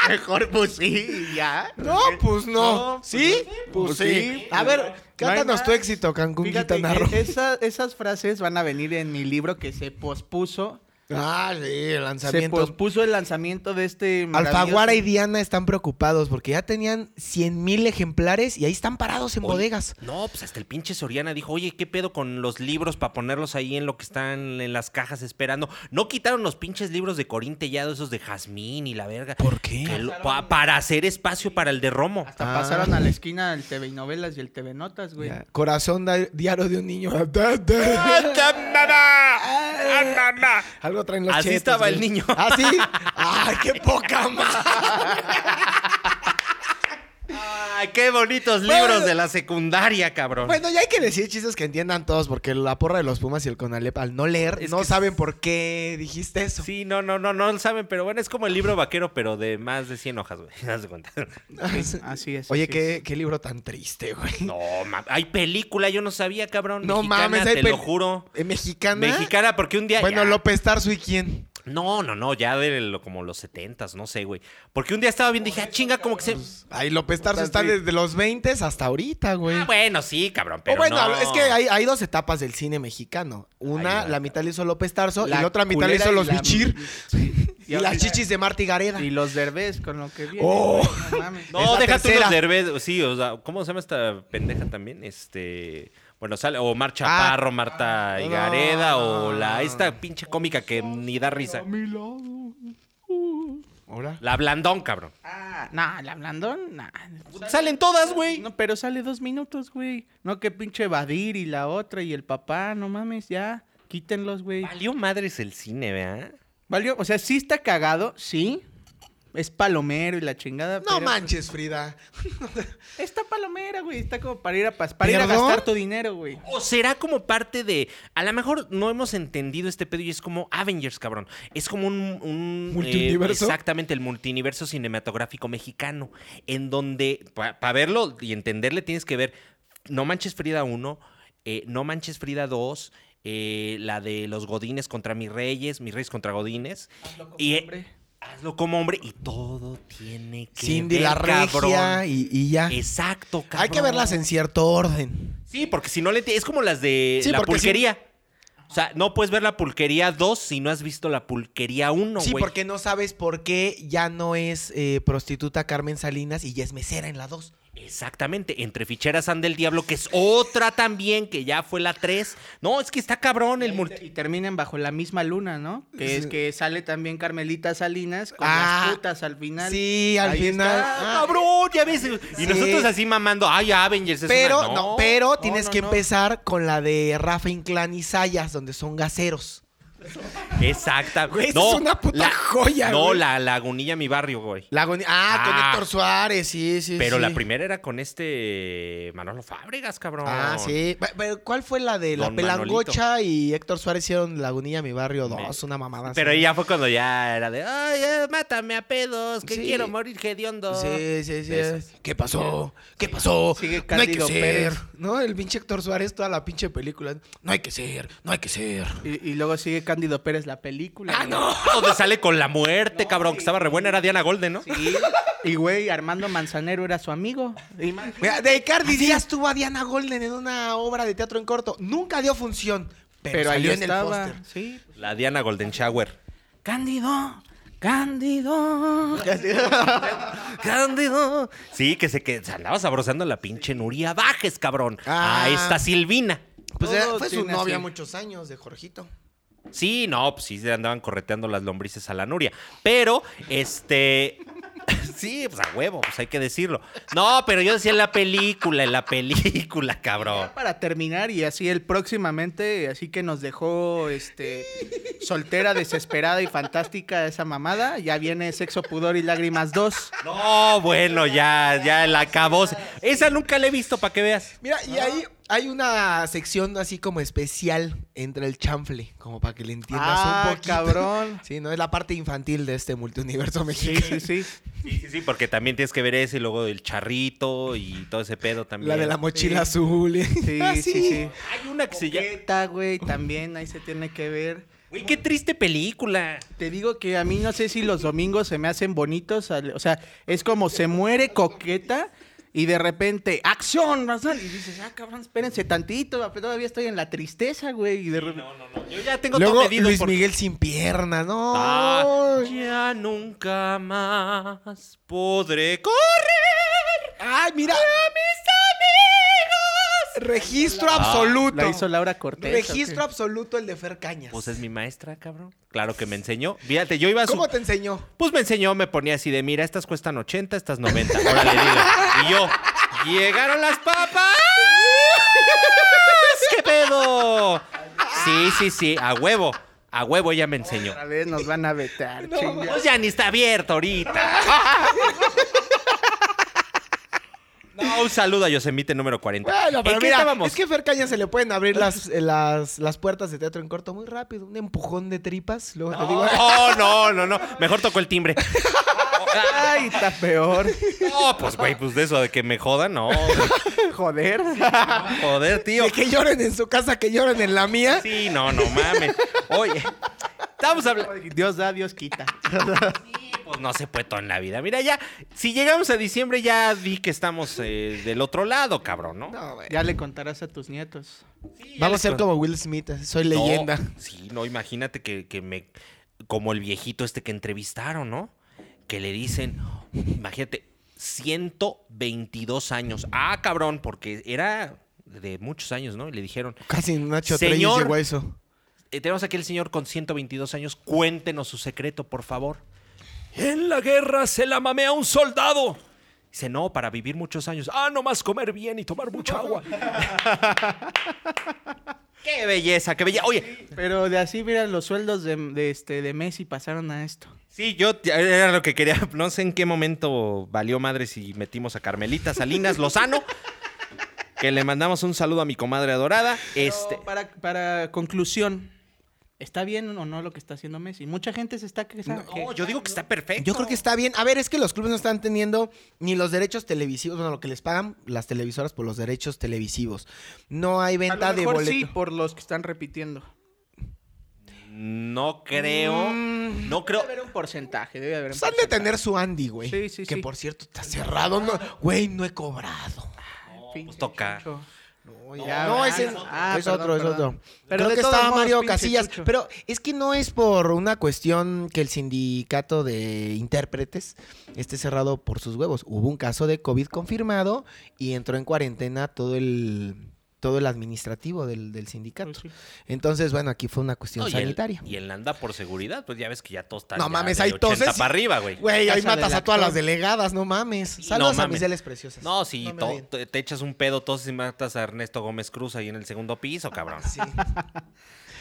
C: Mejor pues sí, y ya.
B: No, pues no.
C: No, pues
B: ¿Sí? Pues
C: Pues
B: sí.
C: sí.
B: A ver,
C: No
B: cántanos
C: hay
B: tu
C: más.
B: éxito, Cancún,
C: Fíjate
B: Quintana Roo.
C: que esa- esas frases van a venir en mi libro que se pospuso.
B: Ah, sí, el
C: Se
B: lanzamiento.
C: pospuso el lanzamiento de este. maravilloso-
B: Alfaguara y Diana están preocupados porque ya tenían 100 mil ejemplares y ahí están parados en
A: Oye,
B: bodegas.
A: No, pues hasta el pinche Soriana dijo, oye, ¿qué pedo con los libros para ponerlos ahí en lo que están en las cajas esperando? No quitaron los pinches libros de Corín Tellado, esos de Jazmín y la verga.
B: ¿Por qué?
A: Que lo- pa- para hacer espacio para el de Romo.
C: Hasta
B: Ah.
C: pasaron a la esquina el TV y novelas y el TV Notas, güey.
B: Ya, Corazón da- diario de un niño.
A: Ah,
B: ¡Ah, Algo traen los
A: Así
B: chetos,
A: estaba el
B: güey.
A: niño.
B: ¿Así? ¡Ay, qué poca madre!
A: Ay, qué bonitos
B: Bueno.
A: libros de la secundaria, cabrón.
B: Bueno, ya hay que decir chistes que entiendan todos, porque la porra de los Pumas y el Conalep, al no leer,
A: Es
B: no
A: que-
B: saben por qué dijiste eso.
A: Sí, no, no, no, no lo saben, pero bueno, es como el libro vaquero, pero de más de 100 hojas, güey. Haz de cuenta.
C: Así es.
B: Oye,
C: así
B: qué,
C: es.
B: qué libro tan triste, güey.
A: No, mames. Hay película, yo no sabía, cabrón.
B: No
A: Mexicana,
B: mames, hay
A: te
B: pel-
A: lo juro.
B: ¿Eh, ¿Mexicana?
A: Mexicana, porque un día.
B: Bueno,
A: ya-
B: López Tarso y quién.
A: No, no, no, ya de lo- como los 70s, no sé, güey. Porque un día estaba viendo y dije, ah, chinga, como que se.
B: Ay, López Tarso
C: Tarso,
B: está
C: sí.
B: desde los 20 hasta ahorita, Pues, güey.
A: Ah, bueno, sí, cabrón, pero.
B: o bueno,
A: no.
B: es que hay, hay dos etapas del cine mexicano. Una,
A: Ay,
B: la
A: la-
B: mitad la hizo López Tarso y
C: La
B: la otra mitad la
C: culera
B: hizo
C: y
B: los
C: la-
B: Bichir
C: Sí.
B: y, las chichis de Marta y Gareda.
C: Y los derbés con lo que viene.
B: Oh.
C: güey, No mames.
B: Es
A: No,
B: la
A: déjate
B: tercera.
A: unos derbez. Sí, o sea, ¿cómo se llama esta pendeja también? Este. Bueno, sale. O Mar
B: Ah.
A: Chaparro, Marta Higareda, o la esta pinche cómica que ni da risa.
B: Ahora.
A: La Blandón, cabrón.
C: Ah, nah, la blandón, nah.
A: Salen todas, güey.
C: No, pero sale dos minutos, güey. No, que pinche Badir y la otra y el papá, no mames, ya. Quítenlos, güey.
A: Valió madres el cine, ¿verdad?
C: Valió, o sea, sí está cagado, sí. Es palomero y la chingada.
B: No
C: pero-
B: manches, Frida.
C: Está palomera, güey. Está como para ir a, pas- para ir a
B: ¿Perdón?
C: gastar tu dinero, güey.
A: O será como parte de. A lo mejor no hemos entendido este pedo y es como Avengers, cabrón. Es como un. un, eh,
B: ¿Multiuniverso?
A: exactamente, el multiverso cinematográfico mexicano. En donde, para verlo y entenderle, tienes que ver No Manches Frida 1, eh, No Manches Frida 2. eh, la de los Godines contra mis reyes, mis reyes contra Godines.
B: e
A: y
C: hombre.
A: hazlo como hombre. Y todo tiene que
B: Cindy
A: ver,
B: la regia
A: cabrón.
B: y, y ya.
A: Exacto, cabrón.
B: Hay que verlas en cierto orden.
A: Sí, porque si no le enti- es como las de
B: Sí,
A: la
B: porque sí.
A: pulquería. O sea, no puedes ver la pulquería 2 si no has visto la pulquería 1,
B: sí,
A: güey.
B: porque no sabes por qué ya no es eh, prostituta Carmen Salinas y ya es mesera en la 2.
A: Exactamente, entre ficheras anda el diablo, que es otra también, que ya fue la 3. No, es que está cabrón el
C: Y-
A: multi...
C: Y terminan bajo la misma luna, ¿no? Que es que sale también Carmelita Salinas con
B: Ah,
C: las putas al final.
B: Sí, al
C: Ahí
B: final.
C: está.
B: Ah,
A: ¡Cabrón! Ya ves. Y
B: Sí.
A: nosotros así mamando, ¡ay, Avengers! es
B: pero,
A: una-
B: no,
A: no.
B: pero
C: No,
B: tienes
C: no,
B: que
C: no.
B: empezar con la de Rafa Inclán y Sayas, donde son gaseros.
A: Exacta.
B: Güey, esa
A: no,
B: es una puta
A: la-
B: joya,
A: No,
B: güey.
A: la lagunilla, mi barrio, güey.
B: La agoni- ah, con
A: Ah.
B: Héctor Suárez, sí, sí.
A: Pero
B: sí.
A: la primera era con este Manolo Fábregas, cabrón.
B: Ah, sí. Pe- pero ¿Cuál fue la de la
A: Don
B: pelangocha y Héctor Suárez hicieron Lagunilla, mi barrio 2? Una mamada.
A: Pero
B: así.
A: ya fue cuando ya era de, ay, eh, mátame a pedos, que
B: Sí.
A: quiero morir hediondo.
B: Sí, sí, sí.
A: Eso.
B: es. ¿Qué pasó? ¿Qué pasó?
C: Sigue
B: no hay que
C: Cándido
B: ser.
C: Pérez.
B: ¿No? El pinche Héctor Suárez, toda la pinche película. No hay que ser, no hay que ser.
C: Y, y luego sigue Cándido Pérez la película.
B: ¡Ah,
C: güey.
B: no!
A: Donde sale con la muerte, cabrón, que estaba re buena, era Diana Golden, ¿no?
C: Sí. Y güey, Armando Manzanero era su amigo. Imagínate.
B: Mira, de Icardi Díaz tuvo a Diana Golden en una obra de teatro en corto. Nunca dio función, pero,
C: Pero ahí
B: salió en
C: estaba.
B: el póster.
C: sí.
A: La Diana Golden Shower.
C: Cándido, Cándido.
A: Cándido. Sí, que se, que se andaba sabrosando la pinche Nuria Bajes, cabrón.
B: Ah.
A: A esta Silvina.
B: Pues
C: Todo
B: era- fue su
C: tiene
B: novia
C: así.
B: muchos años, de Jorgito.
A: Sí, no, pues sí se andaban correteando las lombrices a la Nuria. Pero, este. Sí, pues a huevo, pues hay que decirlo. No, pero yo decía en la película, en la película, cabrón.
C: Ya para terminar, y así el próximamente, así que nos dejó este soltera, desesperada y fantástica esa mamada, ya viene Sexo, Pudor y Lágrimas 2.
A: No, bueno, ya, ya la acabó. Esa nunca la he visto, para que veas.
B: Mira, y ahí hay una sección así como especial entre el chanfle, como para que le entiendas
C: Ah,
B: un poquito.
C: cabrón.
B: Sí, no es la parte infantil de este multiuniverso
C: Sí,
B: mexicano.
C: sí, sí.
A: Sí, sí, sí, porque también tienes que ver ese y luego el charrito y todo ese pedo también.
B: La de la mochila
C: Sí.
B: azul.
C: Sí,
B: Ah,
C: sí, sí.
A: Hay una que se llama.
C: Coqueta, güey, también ahí se tiene que ver.
A: Güey, qué triste película.
C: Te digo que a mí no sé si los domingos se me hacen bonitos. al- O sea, es como se muere coqueta y de repente, ¡acción! razón", Y dices, ah, cabrón, espérense tantito, ah, pero todavía estoy en la tristeza, güey. Y de repente.
A: No, no, no. Yo ya tengo
B: Luego
A: todo medido.
B: Luis
A: por-
B: Miguel sin piernas, no.
A: Ah, ya nunca más podré correr.
B: Ay, mira. Registro
A: Ah,
B: absoluto.
C: La hizo Laura Cortés.
B: Registro
C: ¿o qué?
B: absoluto el de Fer Cañas.
A: Pues es mi maestra, cabrón. Claro que me enseñó. Fíjate, yo iba a su...
B: ¿Cómo te enseñó?
A: Pues me enseñó, me ponía así de, mira, estas cuestan 80, estas 90. Ahora le digo. Y yo, ¿llegaron las papas? ¿Qué pedo? Sí, sí, sí, a huevo. A huevo ella me enseñó.
C: Otra vez nos van a vetar, chinga.
A: Pues ya ni está abierto ahorita. No, un saludo a Yosemite número 40.
B: Bueno, pero
A: ¿En qué
B: mira,
A: estábamos?
B: es que a Fer Cañas se le pueden abrir las, eh, las, las puertas de teatro en corto muy rápido. Un empujón de tripas. Luego te digo,
A: No, no, no, no. Mejor tocó el timbre.
C: Ay, está peor.
A: No, pues güey, pues de eso de que me jodan, no.
C: Joder.
A: Joder, tío.
B: de que lloren en su casa, que lloren en la mía.
A: Sí, no, no mames. Oye, estamos hablando.
C: Dios da, Dios quita.
A: Pues no se puede todo en la vida. Mira, ya, si llegamos a diciembre, ya vi que estamos eh, del otro lado, cabrón, ¿no?
B: No, güey.
C: Ya le contarás a tus nietos.
A: Sí, ya
B: Vamos a
A: les
B: ser
A: con-
B: como Will Smith, soy
A: No,
B: leyenda.
A: sí, no, imagínate que, que me. Como el viejito este que entrevistaron, ¿no? Que le dicen, imagínate, 122 años. Ah, cabrón, porque era de muchos años, ¿no? Y le dijeron,
B: Casi Nacho
A: Señor.
B: Treyes llegó a eso.
A: Eh, tenemos aquí al señor con 122 años. Cuéntenos su secreto, por favor. En la guerra se la mamé a un soldado. Dice, no, para vivir muchos años. Ah, nomás comer bien y tomar mucha agua. qué belleza, qué belleza. Oye,
C: Pero de así, mira, los sueldos de, de este, de Messi pasaron a esto.
A: sí, yo t- era lo que quería. No sé en qué momento valió madre si metimos a Carmelita Salinas Lozano. Que le mandamos un saludo a mi comadre adorada. Este,
C: Pero para, para conclusión, ¿está bien o no lo que está haciendo Messi? Mucha gente se está quejando. que-
A: No, yo digo que está perfecto.
B: Yo creo que está bien. A ver, es que los clubes no están teniendo ni los derechos televisivos, bueno, lo que les pagan las televisoras por los derechos televisivos. No hay
C: a
B: venta
C: lo
B: de
C: mejor
B: boletos.
C: sí, por los que están repitiendo.
A: No creo.
B: Mm.
A: No creo.
C: Debe haber un porcentaje, debe haber un
B: Pues han de
C: porcentaje.
B: tener su Andy, güey.
C: Sí, sí,
B: que
C: sí.
B: por cierto está cerrado. No, güey, no he cobrado.
C: Pinche
A: pues toca.
C: Chucho.
B: No,
C: ya,
B: no,
C: ah,
B: ese es,
C: ah,
B: es
C: perdón,
B: otro, es
C: perdón.
B: otro.
C: Pero
B: Creo
C: de
B: que
C: todos
B: estaba
C: modos,
B: Mario
C: pinche
B: Casillas.
C: Chucho.
B: Pero es que no es por una cuestión que el sindicato de intérpretes esté cerrado por sus huevos. Hubo un caso de COVID confirmado y entró en cuarentena todo el todo el administrativo del, del sindicato.
C: Pues sí.
B: Entonces, bueno, aquí fue una cuestión
A: No, y el-
B: sanitaria.
A: Y en la anda por seguridad, pues ya ves que ya todos están.
B: No
A: ya
B: mames,
A: de
B: hay
A: 80
B: toses y-
A: para arriba, güey.
B: Güey, ahí
C: Casa del
B: matas a todas
C: actor.
B: las delegadas, no mames.
A: no
B: Saludos a
A: mames.
B: mis Miseles preciosas.
A: No, si
B: No me
A: to-
B: odien.
A: te, te echas un pedo toses y matas a Ernesto Gómez Cruz ahí en el segundo piso, cabrón.
B: Ah, Sí.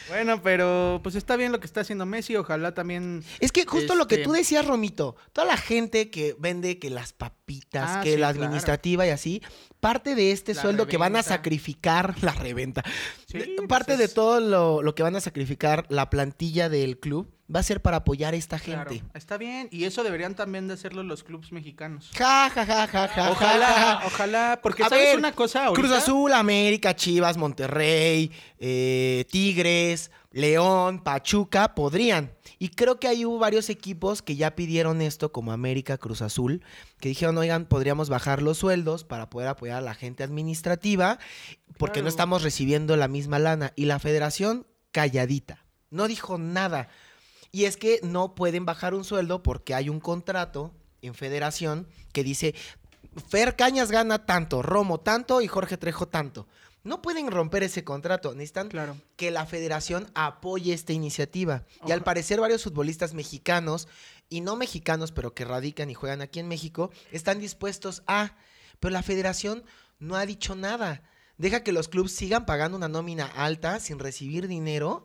C: Bueno, pero pues está bien lo que está haciendo Messi. Ojalá también.
B: Es que justo lo que
C: Este-
B: tú decías, Romito, toda la gente que vende que las papitas,
C: Ah,
B: que
C: sí,
B: la
C: claro.
B: administrativa y así, parte de este
C: La
B: sueldo que van a
C: reventa.
B: sacrificar, la reventa,
C: Sí,
B: de-
C: pues,
B: parte
C: es-
B: de todo lo, lo que van a sacrificar la plantilla del club va a ser para apoyar a esta
C: Claro,
B: gente.
C: está bien. Y eso deberían también de hacerlo los clubes mexicanos.
B: Ja, ja, ja, ja, ja. ja, ja,
C: Ojalá,
B: ja.
C: ojalá. Porque
B: A
C: sabes
B: ver,
C: una cosa ahorita.
B: Cruz Azul, América, Chivas, Monterrey, eh, Tigres, León, Pachuca, podrían. Y creo que ahí hubo varios equipos que ya pidieron esto, como América, Cruz Azul, que dijeron, oigan, podríamos bajar los sueldos para poder apoyar a la gente administrativa, porque no
C: Claro.
B: estamos recibiendo la misma lana. Y la federación, calladita, no dijo nada. Y es que no pueden bajar un sueldo porque hay un contrato en federación que dice Fer Cañas gana tanto, Romo tanto y Jorge Trejo tanto. No pueden romper ese contrato, necesitan
C: Claro.
B: que la federación apoye esta iniciativa. Y al
C: Oja-
B: parecer varios futbolistas mexicanos y no mexicanos, pero que radican y juegan aquí en México, están dispuestos a, pero la federación no ha dicho nada. Deja que los clubes sigan pagando una nómina alta sin recibir dinero.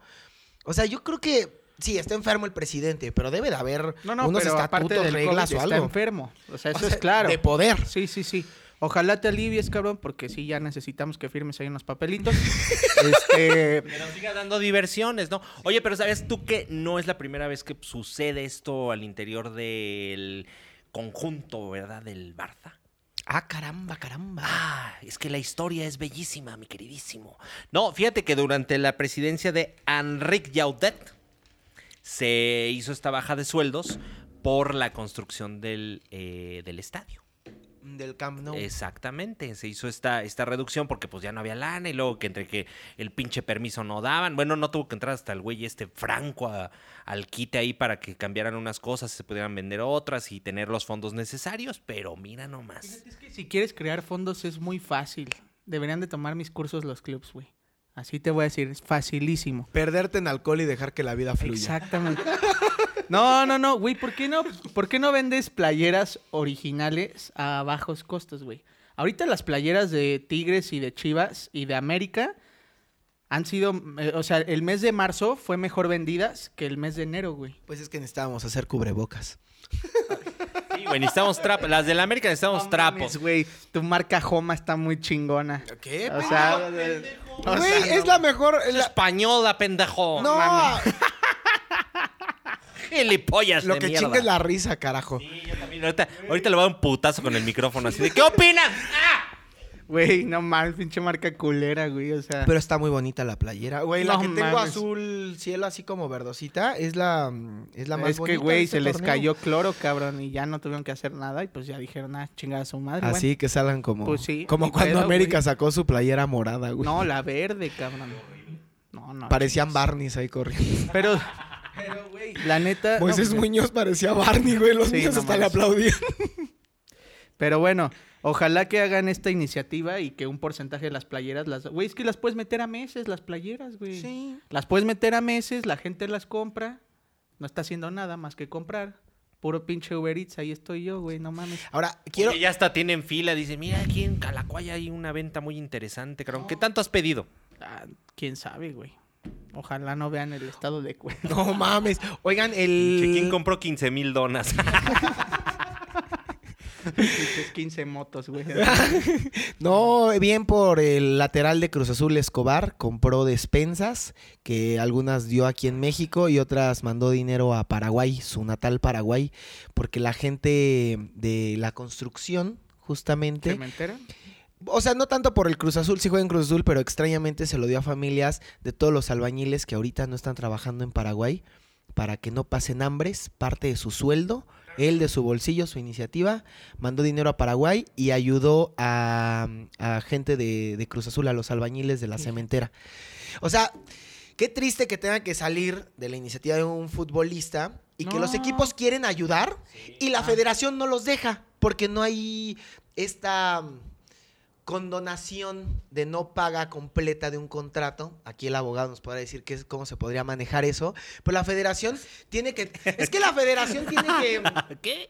B: O sea, yo creo que sí, está enfermo el presidente, pero debe de haber
C: No, no,
B: unos
C: pero aparte
B: estatutos,
C: del
B: reglas
C: COVID
B: o
C: está
B: algo.
C: enfermo. O sea,
B: O
C: eso
B: sea,
C: es claro.
B: De poder.
C: Sí, sí, sí. Ojalá te alivies, cabrón, porque sí, ya necesitamos que firmes ahí unos papelitos. este,
A: Pero siga dando diversiones, ¿no? Oye, pero ¿sabes tú que no es la primera vez que sucede esto al interior del conjunto, ¿verdad? Del Barça.
B: Ah, caramba, caramba.
A: Ah, es que la historia es bellísima, mi queridísimo. No, fíjate que durante la presidencia de Enrique Yaudet se hizo esta baja de sueldos por la construcción del, eh, del estadio.
B: Del Camp Nou.
A: Exactamente, se hizo esta, esta reducción porque pues ya no había lana y luego que entre que el pinche permiso no daban, bueno, no tuvo que entrar hasta el güey este Franco a- al quite ahí para que cambiaran unas cosas, se pudieran vender otras y tener los fondos necesarios, pero mira nomás.
C: Fíjate, Pues es que si quieres crear fondos es muy fácil. Deberían de tomar mis cursos los clubs, güey. Así te voy a decir, es facilísimo.
B: Perderte en alcohol y dejar que la vida fluya.
C: Exactamente. No, no, no, güey, ¿por qué no, ¿por qué no vendes playeras originales a bajos costos, güey? Ahorita las playeras de Tigres y de Chivas y de América han sido, eh, o sea, el mes de marzo fue mejor vendidas que el mes de enero, güey.
B: Pues es que necesitábamos hacer cubrebocas.
A: Sí, güey, necesitamos trapos, las del América necesitamos
C: No mames,
A: trapos.
C: güey. Tu marca Homa está muy chingona.
B: ¿Qué?
C: O sea, o sea,
B: Güey, es
C: no-
B: la mejor.
A: Es
B: la-
A: Española, pendejo.
B: No,
A: Gilipollas
B: lo
A: de
B: que
A: mierda.
B: chinga es la risa, carajo.
A: Sí, yo también. Ahorita, ahorita le voy a dar un putazo con el micrófono así de ¿qué opinan? ¡Ah!
C: Güey, no mames, pinche marca culera, güey. O sea,
B: Pero está muy bonita la playera. Güey, la
C: No
B: que tengo
C: mames.
B: azul cielo así como verdosita es la, mm, es la más
C: es
B: bonita. de
C: que, güey,
B: este
C: se les
B: torneo.
C: cayó cloro, cabrón, y ya no tuvieron que hacer nada. Y pues ya dijeron, ah, chingada su madre.
B: Así que salgan como,
C: Pues sí,
B: como
C: ni
B: cuando
C: pedo,
B: América
C: güey.
B: sacó su playera morada,
C: bueno.
B: güey.
C: No, la verde, cabrón. No, no.
B: Parecían Barney's ahí corriendo.
C: chingas. Pero, pero, güey, la neta. no,
B: Moisés
C: pues,
B: Muñoz parecía Barney, güey. Los
C: Sí,
B: niños
C: no
B: hasta le
C: mames.
B: aplaudían.
C: Pero bueno, ojalá que hagan esta iniciativa y que un porcentaje de las playeras las. Güey, es que las puedes meter a meses, las playeras, güey.
B: Sí.
C: Las puedes meter a meses, la gente las compra. No está haciendo nada más que comprar. Puro pinche Uber Eats, ahí estoy yo, güey, no mames.
B: Ahora, quiero...
A: Oye, ya hasta tienen fila. Dice, mira, aquí en Calacuaya hay una venta muy interesante, cabrón. ¿Qué tanto has pedido?
C: Ah, quién sabe, güey. Ojalá no vean el estado de cuenta.
B: No mames. Oigan,
A: Che, ¿Quién
B: el...
A: compró 15 mil donas?
C: Pinches 15 motos, güey.
B: No, bien por el lateral de Cruz Azul Escobar, compró despensas que algunas dio aquí en México y otras mandó dinero a Paraguay, su natal Paraguay, porque la gente de la construcción, justamente,
C: ¿Se me enteran?
B: o sea, no tanto por el Cruz Azul, sí juega en Cruz Azul, pero extrañamente se lo dio a familias de todos los albañiles que ahorita no están trabajando en Paraguay para que no pasen hambres, parte de su sueldo, él de su bolsillo, su iniciativa, mandó dinero a Paraguay y ayudó a, a gente de, de Cruz Azul, a los albañiles de la cementera. O sea, qué triste que tenga que salir de la iniciativa de un futbolista y que los
C: No.
B: equipos quieren ayudar y la
C: Ah.
B: federación no los deja porque no hay esta condonación de no paga completa de un contrato. Aquí el abogado nos podrá decir qué es, cómo se podría manejar eso. Pero la federación tiene que... Es que la federación tiene que...
A: ¿Qué?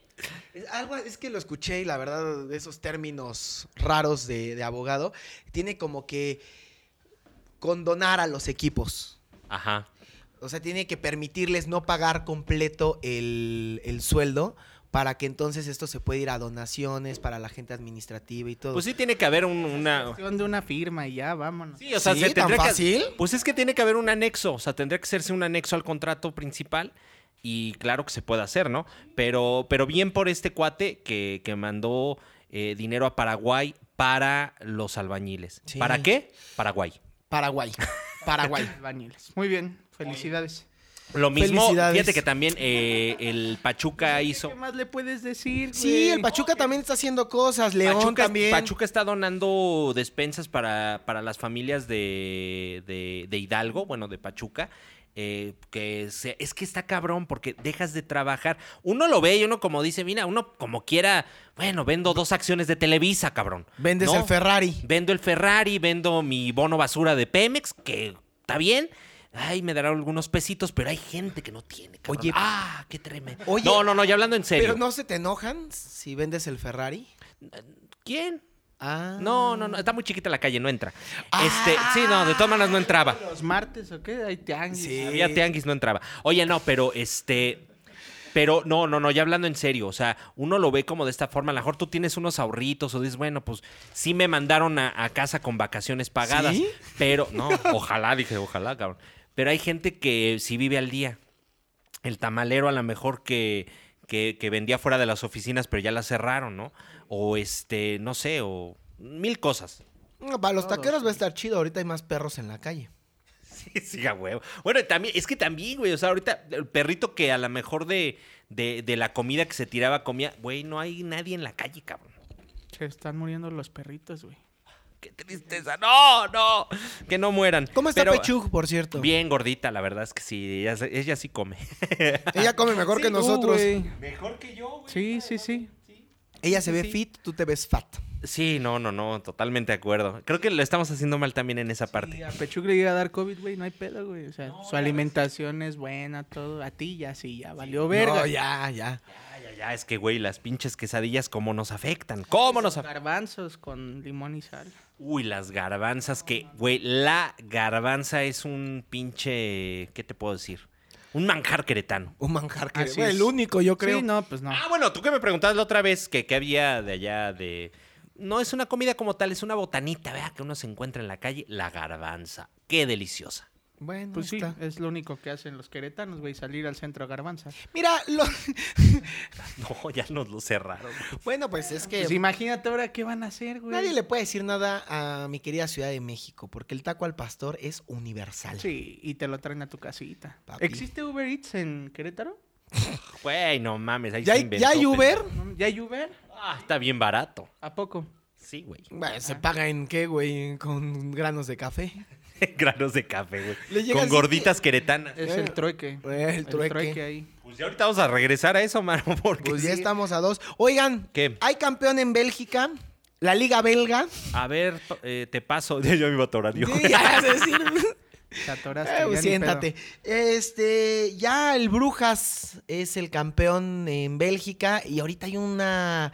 B: es Algo es que lo escuché y la verdad de esos términos raros de, de abogado, tiene como que condonar a los equipos.
A: Ajá.
B: O sea, tiene que permitirles no pagar completo el, el sueldo para que entonces esto se pueda ir a donaciones para la gente administrativa y todo.
A: Pues sí tiene que haber un- una...
C: Cuestión de una firma y ya, vámonos.
A: Sí, o sea,
B: ¿Sí?
A: se
B: ¿Tan
A: tendría que-
B: fácil?
A: Pues es que tiene que haber un anexo, o sea, tendría que hacerse un anexo al contrato principal y claro que se puede hacer, ¿no? Pero, pero bien por este cuate que, que mandó eh, dinero a Paraguay para los albañiles.
B: Sí.
A: ¿Para qué? Paraguay.
B: Paraguay. Paraguay.
C: Albañiles. Muy bien, felicidades.
A: Lo mismo,
B: Felicidades.
A: fíjate que también eh, el Pachuca hizo.
C: ¿Qué más le puedes decir?
B: Sí,
C: güey?
B: el Pachuca también está haciendo cosas, León
A: Pachuca,
B: también.
A: Pachuca está donando despensas para, para las familias de, de- de Hidalgo, bueno, de Pachuca. eh, que se- es que está cabrón porque dejas de trabajar. Uno lo ve y uno como dice, mira, uno como quiera, bueno, vendo dos acciones de Televisa, cabrón.
B: Vendes
A: ¿no?
B: el Ferrari.
A: Vendo el Ferrari, vendo mi bono basura de Pemex, que está bien. Ay, me dará algunos pesitos, pero hay gente que no tiene, cabrón.
B: Oye.
A: ah, qué tremendo.
B: Oye.
A: no, no, no, ya hablando en serio.
B: Pero no se te enojan si vendes el Ferrari.
A: ¿Quién?
B: Ah.
A: No, no, no, está muy chiquita la calle, no entra.
B: Ah.
A: Este, sí, no, de todas maneras no entraba.
C: ¿Los martes o qué? Hay tianguis.
B: Sí.
A: Había tianguis, no entraba. Oye, no, pero este. Pero no, no, no, ya hablando en serio, o sea, uno lo ve como de esta forma. A lo mejor tú tienes unos ahorritos o dices, bueno, pues sí me mandaron a, a casa con vacaciones pagadas.
B: ¿Sí?
A: Pero, no, ojalá, dije, ojalá, cabrón. Pero hay gente que sí vive al día. El tamalero a lo mejor que, que, que vendía fuera de las oficinas, pero ya la cerraron, ¿no? O este, no sé, o mil cosas.
B: No, Para los
C: Todo,
B: taqueros va a
C: sí.
B: estar chido. Ahorita hay más perros en la calle.
A: Sí, sí, a huevo. Bueno, también, es que también, güey, o sea, ahorita el perrito que a lo mejor de, de, de la comida que se tiraba comía, güey, no hay nadie en la calle, cabrón.
C: Se están muriendo los perritos, güey.
A: Qué tristeza. No, no. Que no mueran.
B: ¿Cómo está
A: Pero-
B: Pechuj, por cierto?
A: Bien gordita, la verdad es que sí, ella, se- ella sí come.
B: Ella come mejor que
C: Sí,
B: nosotros.
C: güey.
A: Mejor que yo, güey.
C: Sí, sí, sí.
B: Ella se ve
A: Sí.
B: fit, tú te ves fat.
A: Sí, no, no, no, totalmente de acuerdo. Creo que lo estamos haciendo mal también en esa parte.
C: Y a Pechuga le llega a dar COVID, güey, no hay pedo, güey. O sea, su alimentación es buena, todo. A ti ya sí, ya valió verga.
B: No, ya, ya.
A: Ay, ay, ay, es que, güey, las pinches quesadillas, ¿cómo nos afectan? ¿Cómo nos
C: Vámonos a...
A: afectan?
C: Garbanzos con limón y sal.
A: Uy, las garbanzas que, güey, la garbanza es un pinche, ¿qué te puedo decir? Un manjar queretano.
B: Un manjar que...
C: Así
B: Bueno,
C: es.
B: el único, yo creo.
C: Sí, no, pues no.
A: Ah, bueno, tú que me preguntabas la otra vez que qué había de allá de... No es una comida como tal, es una botanita, vea, que uno se encuentra en la calle, la garbanza. Qué deliciosa.
B: Bueno,
C: Pues sí,
B: está.
C: es lo único que hacen los queretanos, güey, salir al centro a garbanzas.
B: Mira, lo-
A: No, ya nos lo cerraron.
B: bueno, pues es que
C: Pues imagínate ahora qué van a hacer, güey.
B: nadie le puede decir nada a mi querida Ciudad de México, porque el taco al pastor es universal.
C: Sí, y te lo traen a tu casita.
B: Papi.
C: ¿Existe Uber Eats en Querétaro?
A: Güey, no mames, ahí
B: ¿Ya
A: se
B: hay,
A: inventó,
B: ya hay
A: pendejo.
B: Uber?
C: ¿No? ¿Ya hay Uber?
A: Ah, está bien barato.
C: ¿A poco?
A: Sí, güey.
B: Bueno, ¿se paga en qué, güey? ¿Con granos de café?
A: Granos de café, güey.
B: Le llega
A: Con
B: así-
A: gorditas queretanas.
C: Es
B: Eh,
C: el trueque.
B: el trueque.
C: ahí.
A: Pues ya ahorita vamos a regresar a eso, mano, porque...
B: Pues ya
A: sí.
B: estamos a dos. Oigan,
A: ¿Qué?
B: hay campeón en Bélgica, la Liga Belga.
A: A ver, to- eh, te paso. Yo vivo atoradijo.
B: Sí, ya, es decir,
C: Te atoraste.
B: eh,
C: ya ni pedo.
B: siéntate. Este, ya el Brujas es el campeón en Bélgica y ahorita hay una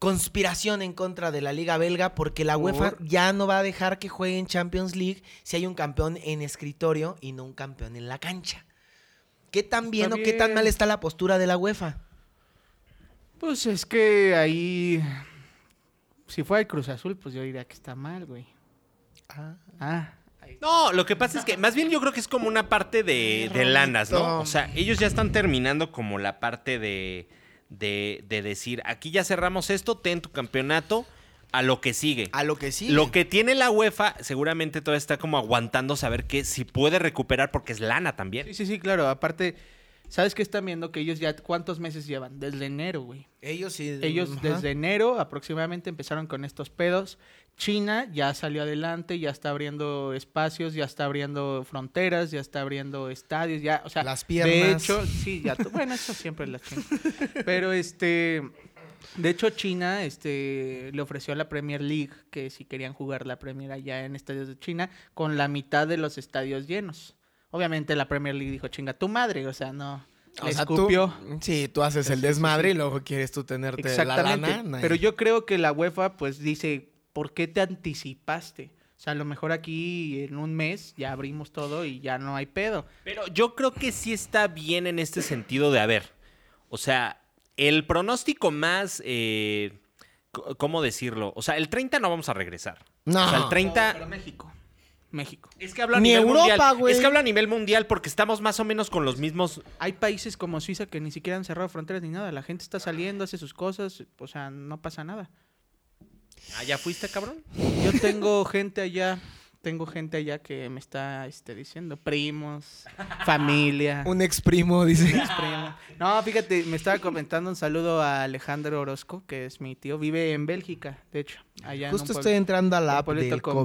B: conspiración en contra de la Liga Belga porque la UEFA
C: Por-
B: ya no va a dejar que juegue en Champions League si hay un campeón en escritorio y no un campeón en la cancha. ¿Qué tan bien o qué tan
C: bien.
B: mal está la postura de la UEFA?
C: Pues es que ahí. Si fuera el Cruz Azul, pues yo diría que está mal, güey. Ah.
A: No, lo que pasa es que más bien yo creo que es como una parte de, de lanas, ¿no? O sea, ellos ya están terminando como la parte de, de, de decir, aquí ya cerramos esto, ten tu campeonato, a lo que sigue.
B: A lo que sí.
A: Lo que tiene la UEFA seguramente todavía está como aguantando saber que si puede recuperar porque es lana también.
C: Sí, sí, sí, claro. Aparte, ¿sabes qué están viendo? Que ellos ya. ¿Cuántos meses llevan? Desde enero, güey.
B: Ellos sí.
C: Ellos
B: ajá.
C: desde enero aproximadamente empezaron con estos pedos. China ya salió adelante, ya está abriendo espacios, ya está abriendo fronteras, ya está abriendo estadios, ya, o sea,
B: Las
C: De
B: piernas.
C: hecho, sí, ya, to- bueno, eso siempre la China. Pero este, de hecho China, este, le ofreció a la Premier League que si querían jugar la Premier allá en estadios de China con la mitad de los estadios llenos. Obviamente la Premier League dijo, chinga tu madre, o sea, no,
B: O
C: le
B: sea, tú-
C: escupió.
B: sí, tú haces el desmadre y luego quieres tú tenerte la
C: Exactamente.
B: lana. nah.
C: Pero yo creo que la UEFA pues dice, ¿por qué te anticipaste? O sea, a lo mejor aquí en un mes ya abrimos todo y ya no hay pedo.
A: Pero yo creo que sí está bien en este sentido de, a ver, o sea, el pronóstico más, eh, c- ¿cómo decirlo? O sea, el 30 no vamos a regresar.
B: No.
A: O sea, el 30...
C: Pero México. México.
A: Es que hablo a
B: Ni
A: nivel
B: Europa,
A: mundial.
B: güey.
A: Es que hablo a nivel mundial porque estamos más o menos con los mismos.
C: Hay países como Suiza que ni siquiera han cerrado fronteras ni nada. La gente está saliendo, hace sus cosas, o sea, no pasa nada.
A: Ah, ya fuiste, cabrón.
C: Yo tengo gente allá tengo gente allá que me está este, diciendo primos, familia.
D: Un ex primo, dice.
C: ex primo. No, fíjate, me estaba comentando un saludo a Alejandro Orozco, que es mi tío, vive en Bélgica, de hecho, allá en
B: Justo
C: un
B: estoy
C: pueblo-
B: entrando a la
C: un
B: app
C: pueblito
B: del
C: con
B: COVID.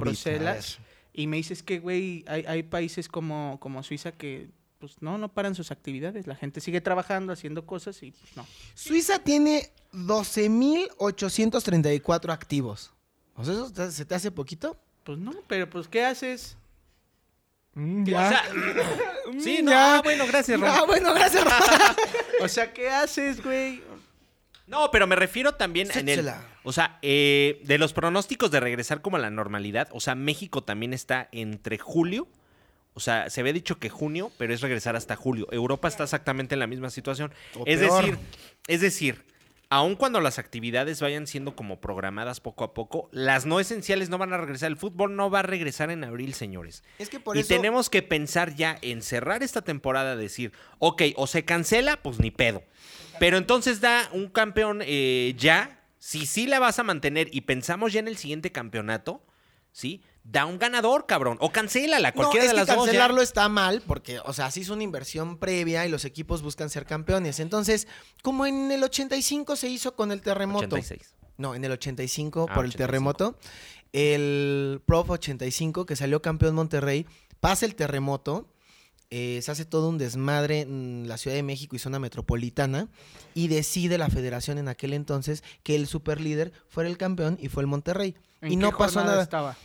B: A
C: Bruselas.
B: ver.
C: Y me dices que, güey, hay, hay países como, como Suiza que pues no, no paran sus actividades, la gente sigue trabajando, haciendo cosas y pues, no.
B: Suiza tiene 12.834 activos. O sea, ¿eso te- se te hace poquito?
C: Pues no, pero pues ¿qué haces?
D: Mm,
A: O
D: ya.
A: sea, sí, no,
D: ya.
A: ah, bueno, gracias, Ron.
B: Ah, bueno, gracias.
C: O sea, ¿qué haces, güey?
A: No, pero me refiero también en el.
B: Séchela.
A: O sea, eh, de los pronósticos de regresar como a la normalidad, o sea, México también está entre julio. O sea, se había dicho que junio, pero es regresar hasta julio. Europa está exactamente en la misma situación.
B: O
A: es
B: peor.
A: decir, es decir, aun cuando las actividades vayan siendo como programadas poco a poco, las no esenciales no van a regresar. El fútbol no va a regresar en abril, señores
B: Es que por
A: y
B: eso...
A: tenemos que pensar ya en cerrar esta temporada, decir, ok, o se cancela, pues ni pedo. Pero entonces da un campeón eh, ya, si sí la vas a mantener y pensamos ya en el siguiente campeonato, ¿sí? Da un ganador, cabrón, o cancélala,
B: No,
A: cualquiera
B: es
A: de las
B: que
A: dos. ya.
B: cancelarlo está mal porque, o sea, sí es una inversión previa y los equipos buscan ser campeones. Entonces, como en el 85 se hizo con el terremoto.
A: 86.
B: No, en el 85
A: Ah,
B: por el
A: 85.
B: terremoto. El Prof 85 que salió campeón Monterrey, pasa el terremoto, eh, se hace todo un desmadre en la Ciudad de México y zona metropolitana y decide la federación en aquel entonces que el superlíder fuera el campeón y fue el Monterrey.
C: ¿En
B: Y
C: qué
B: no pasó
C: jornada
B: nada.
C: Estaba?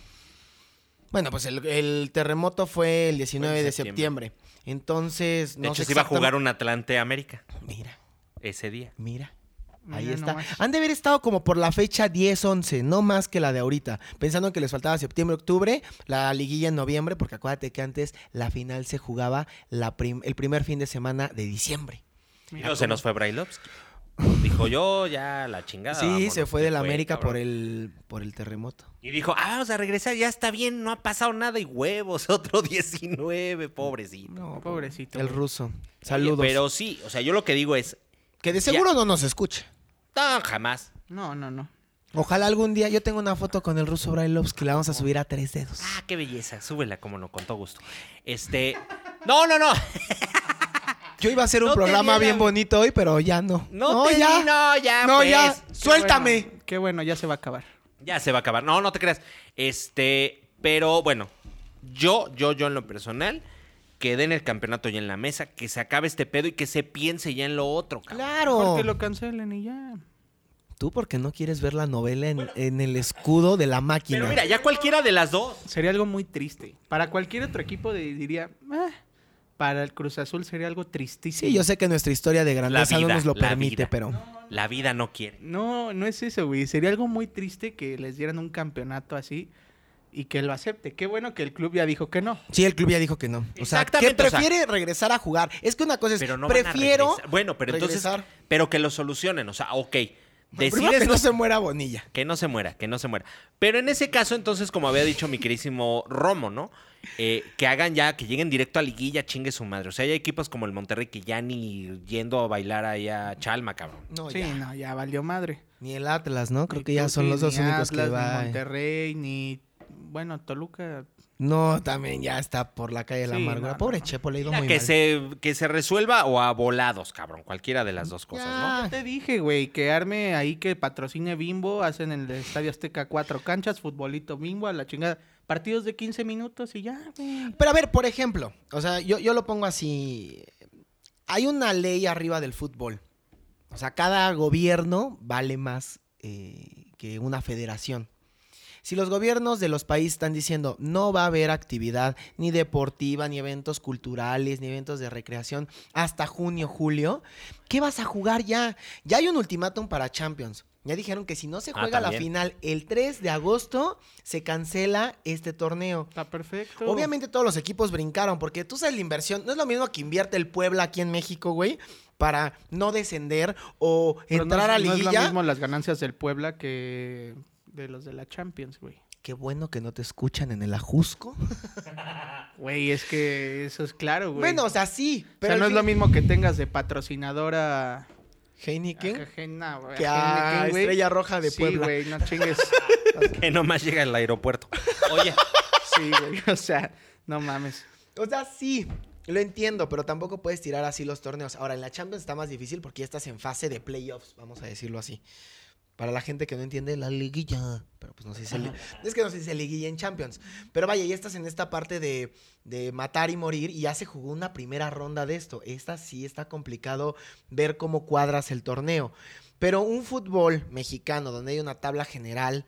B: Bueno, pues el, el terremoto fue el 19
A: Fue en
B: de
A: septiembre.
B: septiembre. Entonces,
A: De
B: no
A: hecho,
B: sé
A: se iba a jugar
B: exactam-
A: un Atlante América
B: Mira,
A: ese día.
B: mira. Ahí
C: Mira
B: está. Ah,
C: nomás.
B: Han de haber estado como por la fecha 10-11, no más que la de ahorita, pensando que les faltaba septiembre, octubre, la liguilla en noviembre, porque acuérdate que antes la final se jugaba la prim- el primer fin de semana de diciembre.
A: Y
C: Mira
A: luego se
C: cómo.
A: nos fue Brailovsky. Dijo yo, ya la chingada.
B: sí,
A: vámonos,
B: se fue de la América
A: cabrón.
B: por el, por el terremoto.
A: Y dijo, ah, vamos a regresar, ya está bien, no ha pasado nada. Y huevos, otro 19, pobrecito.
B: No,
C: Pobrecito.
B: El
C: güey.
B: ruso. Saludos.
A: Oye, pero sí, o sea, yo lo que digo es,
B: Que de seguro no nos escucha.
A: no, jamás.
C: No, no, no.
B: Ojalá algún día, yo tengo una foto con el ruso Brailovsky, la vamos a subir a tres dedos.
A: Ah, qué belleza, súbela como no, con todo gusto. Este, no, no, no,
B: Yo iba a hacer un
A: Ah, No
B: programa
A: tenía la-
B: bien bonito hoy, pero ya no.
A: no, te
B: ya.
A: di, no, ya,
B: No,
A: pues.
B: ya.
C: Qué
B: Suéltame.
C: bueno, qué bueno, ya se va a acabar.
A: Ya se va a acabar. No, no te creas. Este, pero bueno, yo, yo, yo en lo personal, que den el campeonato ya en la mesa, que se acabe este pedo y que se piense ya en lo otro, cabrón.
B: Claro.
C: Porque lo cancelen y ya.
B: Tú porque no quieres ver la novela en, en el escudo de la máquina.
A: Pero mira, ya cualquiera de las dos.
C: Sería algo muy triste. Para cualquier otro equipo de- diría, "Ah". para el Cruz Azul sería algo tristísimo.
B: sí, yo sé que nuestra historia de grandeza
A: vida,
B: no nos lo
A: la
B: permite,
A: vida.
B: pero
A: La vida no quiere.
C: No, no es eso, güey. Sería algo muy triste que les dieran un campeonato así y que lo acepte. Qué bueno que el club ya dijo que no.
B: sí, el club ya dijo que no. O sea, que
A: Exactamente, o sea-
B: prefiere regresar a jugar. Es que una cosa es,
A: Pero no van a
B: prefiero
A: regresar. Bueno, pero entonces,
B: regresar.
A: pero que lo solucionen. O sea, ok,
B: Primero
A: decides
B: que no se muera Bonilla.
A: Que no se muera, que no se muera. Pero en ese caso, entonces, como había dicho mi querísimo Romo, ¿no? Eh, que hagan ya, que lleguen directo a liguilla, chingue su madre. O sea, hay equipos como el Monterrey que ya ni yendo a bailar allá a Chalma, cabrón.
B: No,
C: sí,
B: ya.
C: no, ya valió madre.
B: Ni el Atlas, ¿no? Creo
C: Ni
B: que ya son
C: Tuca,
B: los dos
C: ni
B: únicos
C: Atlas,
B: que
C: Ni
B: va. eh.
C: Monterrey, ni. Bueno, Toluca.
B: No, también ya está por la calle de la
C: Sí,
B: amargura.
C: no, no,
B: Pobre
C: no.
B: Chepo, le ha ido
A: Mira,
B: muy
A: que
B: mal.
A: se, que se resuelva o a volados, cabrón. Cualquiera de las dos cosas, ¿no?
B: Ya.
C: Te dije, güey, que arme ahí que patrocine Bimbo. Hacen en el Estadio Azteca cuatro canchas, futbolito Bimbo, a la chingada. Partidos de 15 minutos y ya, güey.
B: Pero a ver, por ejemplo, o sea, yo, yo lo pongo así. Hay una ley arriba del fútbol. O sea, cada gobierno vale más eh, que una federación. Si los gobiernos de los países están diciendo no va a haber actividad ni deportiva, ni eventos culturales, ni eventos de recreación hasta junio, julio, ¿qué vas a jugar ya? Ya hay un ultimátum para Champions. Ya dijeron que si no se
A: Ah,
B: juega la
A: también.
B: final el 3 de agosto, se cancela este torneo.
C: Está perfecto.
B: Obviamente todos los equipos brincaron, porque tú sabes la inversión, no es lo mismo que invierte el Puebla aquí en México, güey, para no descender o
C: Pero no
B: entrar
C: es-
B: a
C: No es lo
B: liguilla.
C: mismo las ganancias del Puebla que de los de la Champions, güey.
B: Qué bueno que no te escuchan en el ajusco.
C: Güey, es que eso es claro, güey.
B: Bueno, o
C: o sea,
B: sea, sí, pero
C: no
B: al
C: es lo
B: fin-
C: mismo que tengas de patrocinadora
B: Heineken
C: a Heineken, no, güey,
B: que
C: a
B: a
C: Heineken, güey.
B: Estrella Roja de
C: Sí,
B: Puebla.
C: güey, no chingues.
A: Que nomás llega al aeropuerto. Oye,
C: Sí, güey. O sea, no mames.
B: O sea, sí, lo entiendo, pero tampoco puedes tirar así los torneos. Ahora, en la Champions está más difícil porque ya estás en fase de playoffs, vamos a decirlo así. Para la gente que no entiende la liguilla, pero pues no se dice li- es que no se dice liguilla en Champions. Pero vaya, ya estás en esta parte de, de matar y morir y ya se jugó una primera ronda de esto. Esta sí está complicado ver cómo cuadras el torneo. Pero un fútbol mexicano donde hay una tabla general,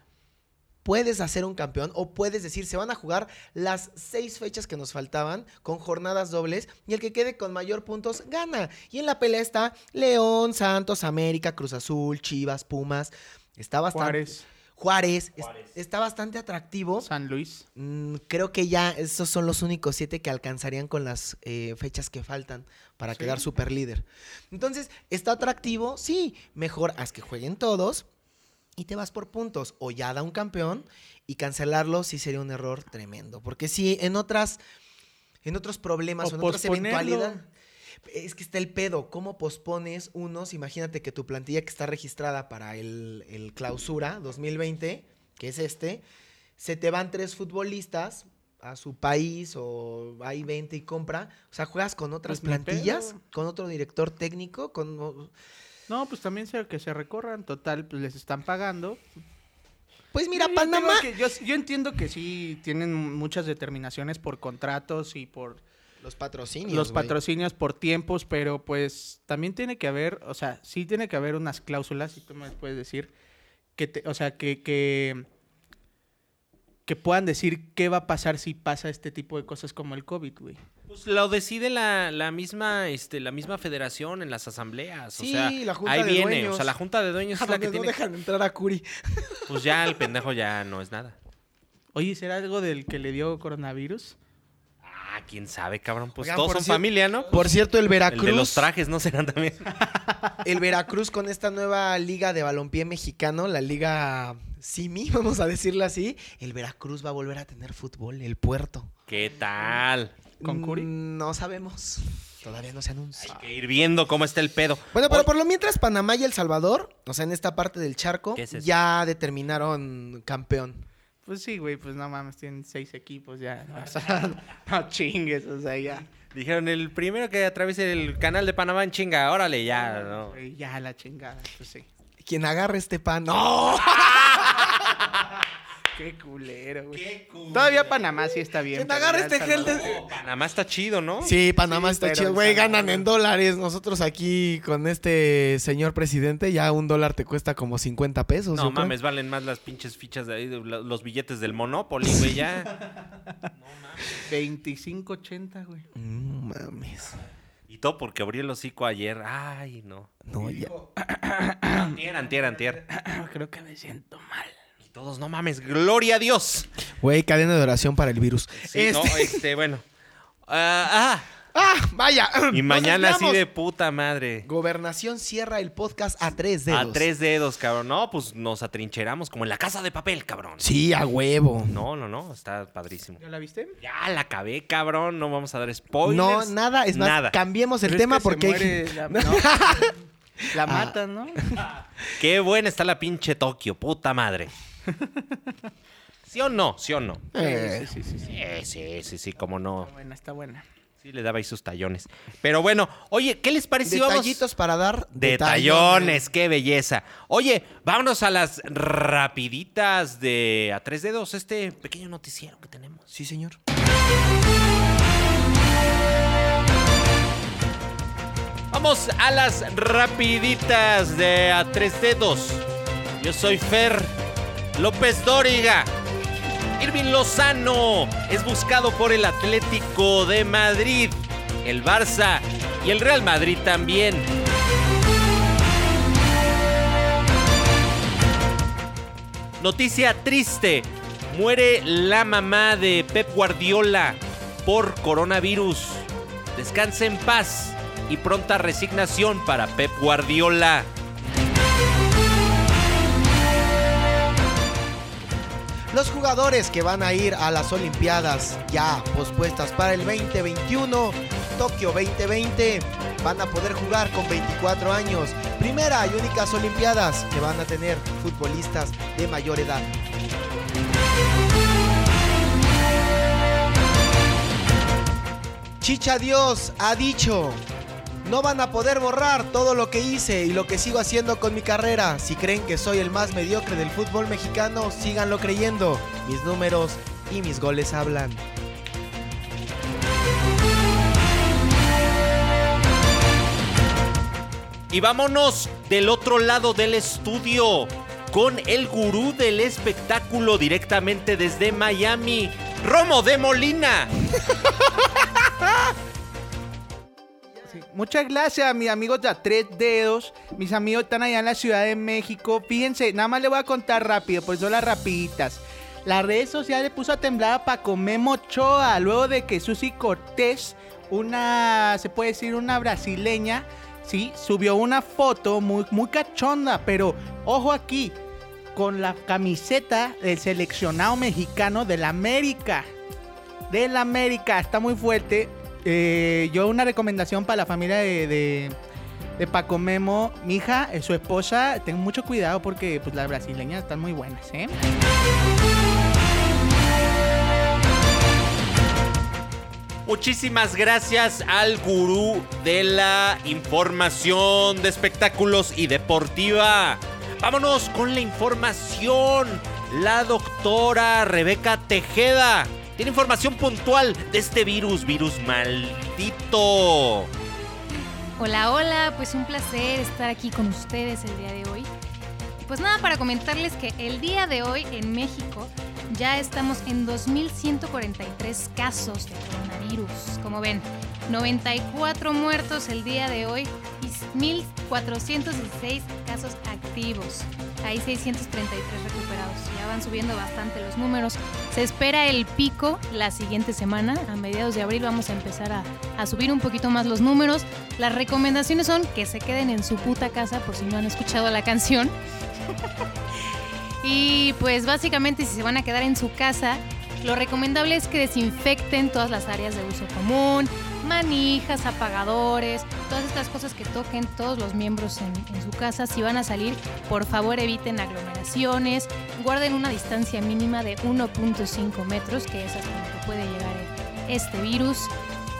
B: puedes hacer un campeón o puedes decir, se van a jugar las seis fechas que nos faltaban con jornadas dobles y el que quede con mayor puntos gana. Y en la pelea está León, Santos, América, Cruz Azul, Chivas, Pumas. Está bastante...
C: Juárez,
B: Juárez, es- está bastante atractivo.
C: San Luis.
B: Mm, creo que ya esos son los únicos siete que alcanzarían con las eh, fechas que faltan para
C: Sí.
B: quedar super líder. Entonces, ¿está atractivo? Sí, mejor haz que jueguen todos y te vas por puntos. O ya da un campeón y cancelarlo sí sería un error tremendo. Porque sí, en otras, en otros problemas
C: O
B: o en otras
C: posponerlo.
B: eventualidades. Es que está el pedo. ¿Cómo pospones unos? Imagínate que tu plantilla que está registrada para el, el clausura 2020, que es este, se te van tres futbolistas a su país o hay 20 y compra. O sea, juegas con otras
C: Pues ni
B: plantillas,
C: pedo.
B: con otro director técnico, con...
C: No, pues también sea que se recorran. Total, pues les están pagando.
B: Pues mira,
C: Sí, yo tengo
B: Panamá...
C: que- yo, yo entiendo que sí tienen muchas determinaciones por contratos y por
B: Los patrocinios.
C: los
B: güey.
C: patrocinios, por tiempos, pero pues también tiene que haber, o sea, sí tiene que haber unas cláusulas, si tú me puedes decir, que te- o sea, que, que, que puedan decir qué va a pasar si pasa este tipo de cosas como el COVID, güey.
A: Pues lo decide la, la misma, este, la misma federación en las asambleas.
B: Sí,
A: o sea,
B: la junta
A: ahí
B: de
A: viene.
B: dueños.
A: O sea, la junta de dueños
B: A
A: es la
B: donde
A: que
B: Ah, no
A: tiene.
B: dejan entrar a Curi.
A: Pues ya el pendejo ya no es nada.
C: Oye, ¿será algo del que le dio coronavirus?
A: Ah, quién sabe, cabrón. Pues
B: Oigan,
A: todos
B: por
A: son
B: cier-
A: familia, ¿no? Pues,
B: Por cierto, el
A: el
B: Veracruz.
A: de los trajes, ¿no serán también?
B: el Veracruz con esta nueva liga de balompié mexicano, la liga Simi, vamos a decirlo así, el Veracruz va a volver a tener fútbol, el puerto.
A: ¿Qué tal?
C: ¿Con Curi?
B: Mm, No sabemos. Todavía no se anuncia.
A: Hay que ir viendo cómo está el pedo.
B: Bueno, pero
A: Oye,
B: por lo mientras Panamá y El Salvador, o sea, en esta parte del charco,
A: ¿Qué es eso?
B: ya determinaron campeón.
C: Pues sí, güey, pues no mames, tienen seis equipos ya. O sea, no chingues, o sea, ya.
A: Dijeron, el primero que atraviese el canal de Panamá en chinga, órale, ya, ¿no?
C: Güey, Ya la chingada, pues sí.
B: Quien agarre este pan. ¡No!
C: Qué culero, güey. Todavía Panamá sí está bien.
B: Quien
C: pero
B: agarre
C: ya El
B: este gel de-
C: Salvador-
A: Panamá está chido, ¿no?
B: Sí, Panamá
C: Sí,
B: está
C: pero
B: chido.
C: El
B: Güey,
C: Salvador.
B: ganan en dólares. Nosotros aquí con este señor presidente, ya un dólar te cuesta como 50 pesos.
A: No
B: yo creo.
A: mames, valen más las pinches fichas de ahí, de la- los billetes del Monopoly, güey, ya.
C: 2580, güey.
B: No Mm, mames.
A: Y todo porque abrí el hocico ayer. Ay, no.
B: No, ya.
A: Antier, antier, antier.
C: Creo que me siento mal.
A: Y todos, no mames, gloria a Dios.
B: Güey, cadena de oración para el virus.
A: Sí,
B: Este-
A: no, este, bueno. Ah,
B: ¡Ah! ¡Vaya!
A: ah, y
B: Nos
A: mañana así
B: desviamos.
A: de puta madre.
B: Gobernación cierra el podcast a tres dedos.
A: A tres dedos, cabrón. No, pues nos atrincheramos como en la casa de papel, cabrón.
B: Sí, a huevo.
A: No, no, no, está padrísimo.
C: ¿Ya la viste?
A: Ya la acabé, cabrón. No vamos a dar spoilers.
B: No, nada. Es más,
A: nada.
B: cambiemos el
C: Pero es
B: tema
C: que se
B: porque... hay- Ah.
C: muere La, no, la matan, ¿no?
A: Qué buena está la pinche Tokio, puta madre. ¿Sí o no? ¿Sí o no?
B: Eh,
C: Sí, sí, sí, sí.
A: Sí, sí, sí, sí, cómo no.
C: Está buena, está buena.
A: Sí le daba ahí sus tallones. Pero bueno, oye, ¿qué les pareció?
B: detallitos para dar.
A: Detallones, qué belleza. Oye, vámonos a las rapiditas de a tres dedos, este pequeño noticiero que tenemos.
B: Sí, señor.
A: Vamos a las rapiditas de a tres dedos. Yo soy Fer López Dóriga. Irving Lozano es buscado por el Atlético de Madrid, el Barça y el Real Madrid también. Noticia triste. Muere la mamá de Pep Guardiola por coronavirus. Descanse en paz y pronta resignación para Pep Guardiola.
B: Los jugadores que van a ir a las Olimpiadas ya pospuestas para el 2021, Tokio 2020, van a poder jugar con 24 años. Primera y únicas Olimpiadas que van a tener futbolistas de mayor edad. Chicha Dios ha dicho, no van a poder borrar todo lo que hice y lo que sigo haciendo con mi carrera. Si creen que soy el más mediocre del fútbol mexicano, síganlo creyendo. Mis números y mis goles hablan.
A: Y vámonos del otro lado del estudio con el gurú del espectáculo directamente desde Miami, Romo de Molina.
C: Sí. Muchas gracias a mis amigos de A Tres Dedos. Mis amigos están allá en la Ciudad de México. Fíjense, nada más les voy a contar rápido, pues son las rapiditas. Las redes sociales puso a temblar a Paco Memo Ochoa, luego de que Susi Cortés, una, se puede decir, una brasileña, sí, subió una foto muy, muy cachonda, pero ojo aquí, con la camiseta del seleccionado mexicano del América del América está muy fuerte. Eh, yo una recomendación para la familia de, de, de Paco Memo, mi hija, eh, su esposa, ten mucho cuidado porque pues, las brasileñas están muy buenas, ¿eh?
A: Muchísimas gracias al gurú de la información de espectáculos y deportiva. Vámonos con la información. La doctora Rebeca Tejeda tiene información puntual de este virus, virus maldito.
E: Hola, hola, pues un placer estar aquí con ustedes el día de hoy. Pues nada, para comentarles que el día de hoy en México ya estamos en 2.143 casos de coronavirus. Como ven, 94 muertos el día de hoy y 1.416 casos activos. Hay 633 recuperados. Ya van subiendo bastante los números. Se espera el pico la siguiente semana. A mediados de abril vamos a empezar a, a subir un poquito más los números. Las recomendaciones son que se queden en su puta casa por si no han escuchado la canción. Y pues básicamente si se van a quedar en su casa, lo recomendable es que desinfecten todas las áreas de uso común, manijas, apagadores, todas estas cosas que toquen todos los miembros en, en su casa. Si van a salir, por favor eviten aglomeraciones, guarden una distancia mínima de 1.5 metros, que es hasta donde puede llegar este virus.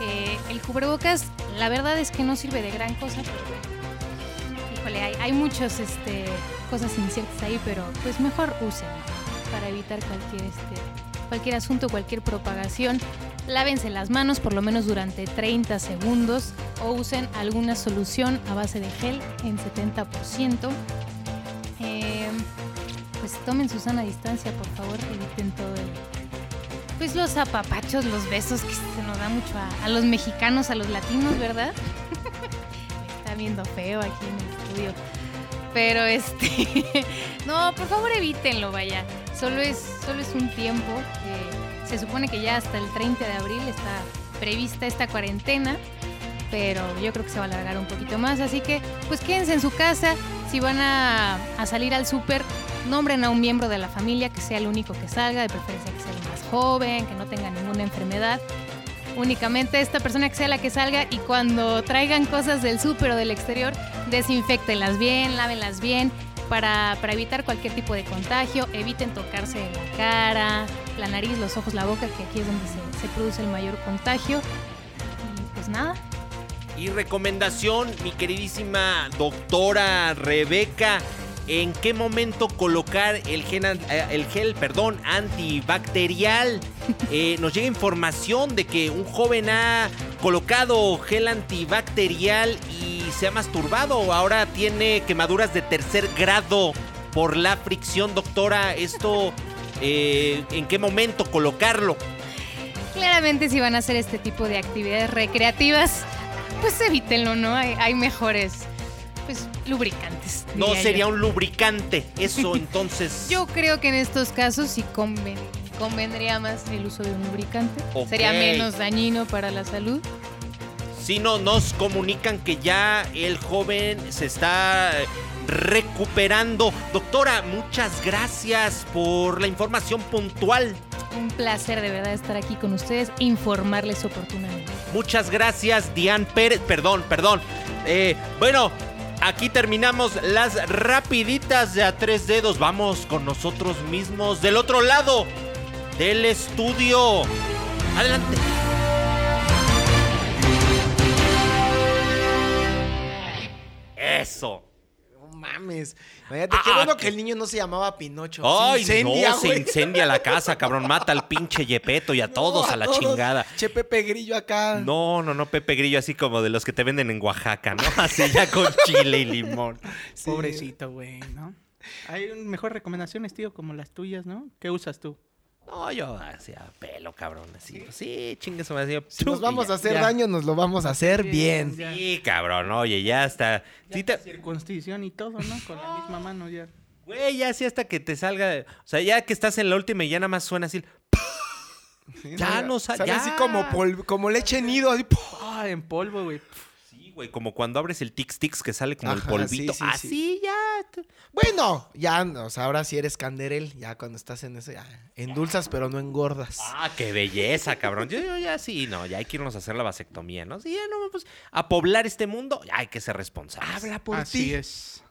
E: Eh, el cubrebocas, la verdad es que no sirve de gran cosa, pero bueno, híjole, hay, hay muchas este, cosas inciertas ahí, pero pues mejor usen para evitar cualquier, este, cualquier asunto, cualquier propagación. Lávense las manos por lo menos durante 30 segundos o usen alguna solución a base de gel en 70%. Eh, pues tomen su sana distancia, por favor, eviten todo el, pues los apapachos, los besos que se nos da mucho a, a los mexicanos, a los latinos, ¿verdad? Me está viendo feo aquí en el estudio. Pero este, no, por favor evítenlo, vaya. Solo es, solo es un tiempo. eh, se supone que ya hasta el 30 de abril está prevista esta cuarentena, pero yo creo que se va a alargar un poquito más. Así que, pues quédense en su casa. Si van a, a salir al súper, nombren a un miembro de la familia que sea el único que salga, de preferencia que sea el más joven, que no tenga ninguna enfermedad. Únicamente esta persona que sea la que salga y cuando traigan cosas del súper o del exterior, desinfectenlas bien, lávenlas bien para, para evitar cualquier tipo de contagio. Eviten tocarse la cara, la nariz, los ojos, la boca, que aquí es donde se, se produce el mayor contagio. Y pues nada,
A: Y recomendación, mi queridísima doctora Rebeca, ¿en qué momento colocar el, gen an- eh, el gel perdón, antibacterial? Eh, nos llega información de que un joven ha colocado gel antibacterial y se ha masturbado. Ahora tiene quemaduras de tercer grado por la fricción, doctora. Esto, eh, ¿en qué momento colocarlo?
E: Claramente si van a hacer este tipo de actividades recreativas, pues evítenlo, ¿no? Hay, hay mejores pues lubricantes.
A: No
E: diría
A: sería
E: yo.
A: un lubricante. Eso entonces...
E: Yo creo que en estos casos sí conven- convendría más el uso de un lubricante.
A: Ok.
E: Sería menos dañino para la salud.
A: Si no, nos comunican que ya el joven se está eh, recuperando. Doctora, muchas gracias por la información puntual.
E: Un placer de verdad estar aquí con ustedes e informarles oportunamente.
A: Muchas gracias, Diane Pérez. Perdón, perdón. Eh, bueno, aquí terminamos las rapiditas de a tres dedos. Vamos con nosotros mismos del otro lado del estudio. Adelante. eso.
B: No mames. Imagínate, qué
A: Ah,
B: bueno
A: qué-
B: que el niño no se llamaba Pinocho.
A: Ay,
B: se incendia,
A: no, se
B: güey.
A: incendia la casa, cabrón. Mata al pinche Yepeto y a todos
B: No,
A: a la
B: todos.
A: chingada.
B: Che Pepe Grillo acá.
A: No, no, no, Pepe Grillo, así como de los que te venden en Oaxaca, ¿no? Así ya con chile y limón.
B: Sí.
C: Pobrecito, güey, ¿no? Hay un- mejores recomendaciones, tío, como las tuyas, ¿no? ¿Qué usas tú?
A: No, yo hacía pelo, cabrón. Así, sí, chingue su madre.
B: Si nos vamos a hacer
C: Ya.
B: daño, nos lo vamos a hacer bien.
C: Ya.
A: Sí, cabrón, oye, ya hasta. Sí te-
C: Circuncisión y todo, ¿no? Con la misma mano ya.
A: Güey, ya así hasta que te salga. O sea, ya que estás en la última y ya nada más suena así. Ya no sa-
B: Sabe
A: ya.
B: así como, pol- como leche nido. así, ¡puf!
C: Ah, en polvo, güey.
A: Sí, güey, como cuando abres el tic-tics que sale como el
B: Ajá,
A: polvito.
B: sí, sí,
A: así,
B: sí.
A: ya.
B: Bueno, ya, o sea, ahora sí eres canderel. Ya cuando estás en eso, ya endulzas, pero no engordas.
A: Ah, qué belleza, cabrón. Yo, yo ya sí, no, ya hay que irnos a hacer la vasectomía, ¿no? Sí, ya no, pues a poblar este mundo ya hay que ser responsables.
B: Habla por
C: Así
B: ti.
C: es.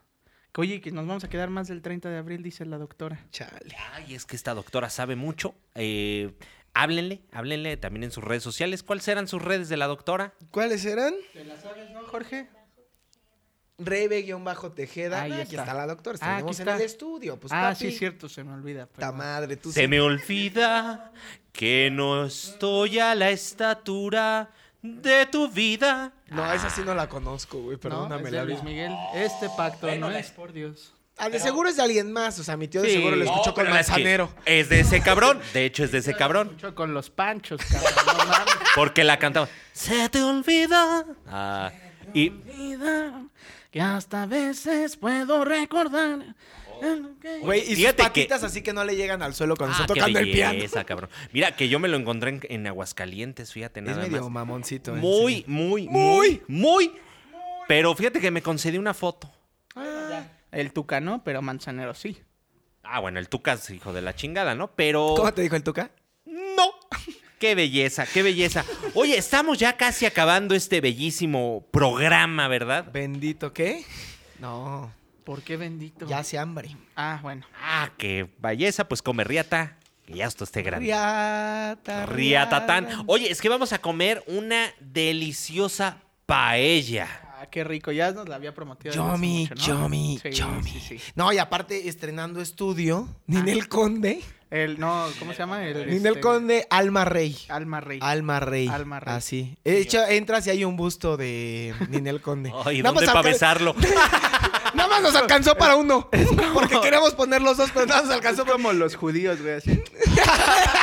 C: Que, Oye, que nos vamos a quedar más del 30 de abril, dice la doctora.
B: Chale.
A: Ay, es que esta doctora sabe mucho. Eh, háblenle, háblenle también en sus redes sociales. ¿Cuáles serán sus redes de la doctora?
B: ¿Cuáles serán?
C: ¿Te la sabes, no, Jorge?
B: Rebe-Tejeda.
C: Ahí
B: y aquí
C: está.
B: está. la doctora.
C: Ah,
B: Tenemos
C: aquí
B: en
C: está.
B: el estudio. Pues,
C: ah,
B: papi,
C: sí, es cierto, se me olvida.
B: puta
C: perdón.
B: madre, tú
A: Se
B: sí.
A: me olvida que no estoy a la estatura de tu vida.
B: No, esa sí no la conozco, güey.
C: Ah. no,
B: Perdóname
C: es de
B: la
C: Luis
B: vida.
C: Miguel. Este pacto no es, por Dios.
B: Ah, de seguro es de alguien más. O sea, mi tío de
C: Sí.
B: seguro lo
C: No,
B: escuchó
A: Oh,
B: con
A: pero es que
B: Manzanero.
A: Es de ese cabrón. De hecho, es de ese cabrón.
C: Mucho con los panchos, cabrón. No mames.
A: Porque la cantaba. Se te olvida. Ah, y
C: Vida, Que hasta a veces puedo recordar. Oh.
B: Güey, y sus
A: Fíjate que-
B: patitas así que no le llegan al suelo cuando
A: Ah,
B: está
A: qué
B: tocando el piano.
A: belleza, cabrón. Mira, que yo me lo encontré en, en Aguascalientes, fíjate,
B: Es
A: nada
B: medio
A: más.
B: mamoncito. ¿eh?
A: Muy,
B: Sí.
A: muy, muy, muy. Pero fíjate que me concedí una foto.
C: El tucano, pero manzanero sí.
A: Ah, bueno, el Tucas, hijo de la chingada, ¿no? Pero.
B: ¿Cómo te dijo el Tuca?
A: No. Qué belleza, qué belleza. Oye, estamos ya casi acabando este bellísimo programa, ¿verdad?
B: Bendito, ¿qué? No,
C: ¿Por qué bendito?
B: ya hace hambre.
C: Ah, bueno.
A: Ah, qué belleza, pues come riata. Que ya esto esté grande.
B: Riata.
A: Riatatán.
B: riata.
A: Oye, es que vamos a comer una deliciosa paella.
C: Ah, qué rico. Ya nos la había prometido. desde hace
B: Yomi,
C: mucho, ¿no?
B: yomi,
C: Sí,
B: yomi.
C: sí, sí.
B: No, y aparte, estrenando estudio, Ninel Conde.
C: El, no, ¿cómo se llama? El,
B: Ninel
C: Ah. este,
B: Conde, Alma Rey.
C: Alma Rey.
B: Alma Rey.
C: Alma Rey.
B: Así. De hecho, entras y hay un busto de Ninel Conde.
A: Ay,
B: Nada
A: ¿dónde
B: más
A: para
B: alca-
A: besarlo?
B: Nada más nos alcanzó para uno. Porque queríamos poner los dos, pero nada más nos alcanzó para
C: como los judíos, güey, así.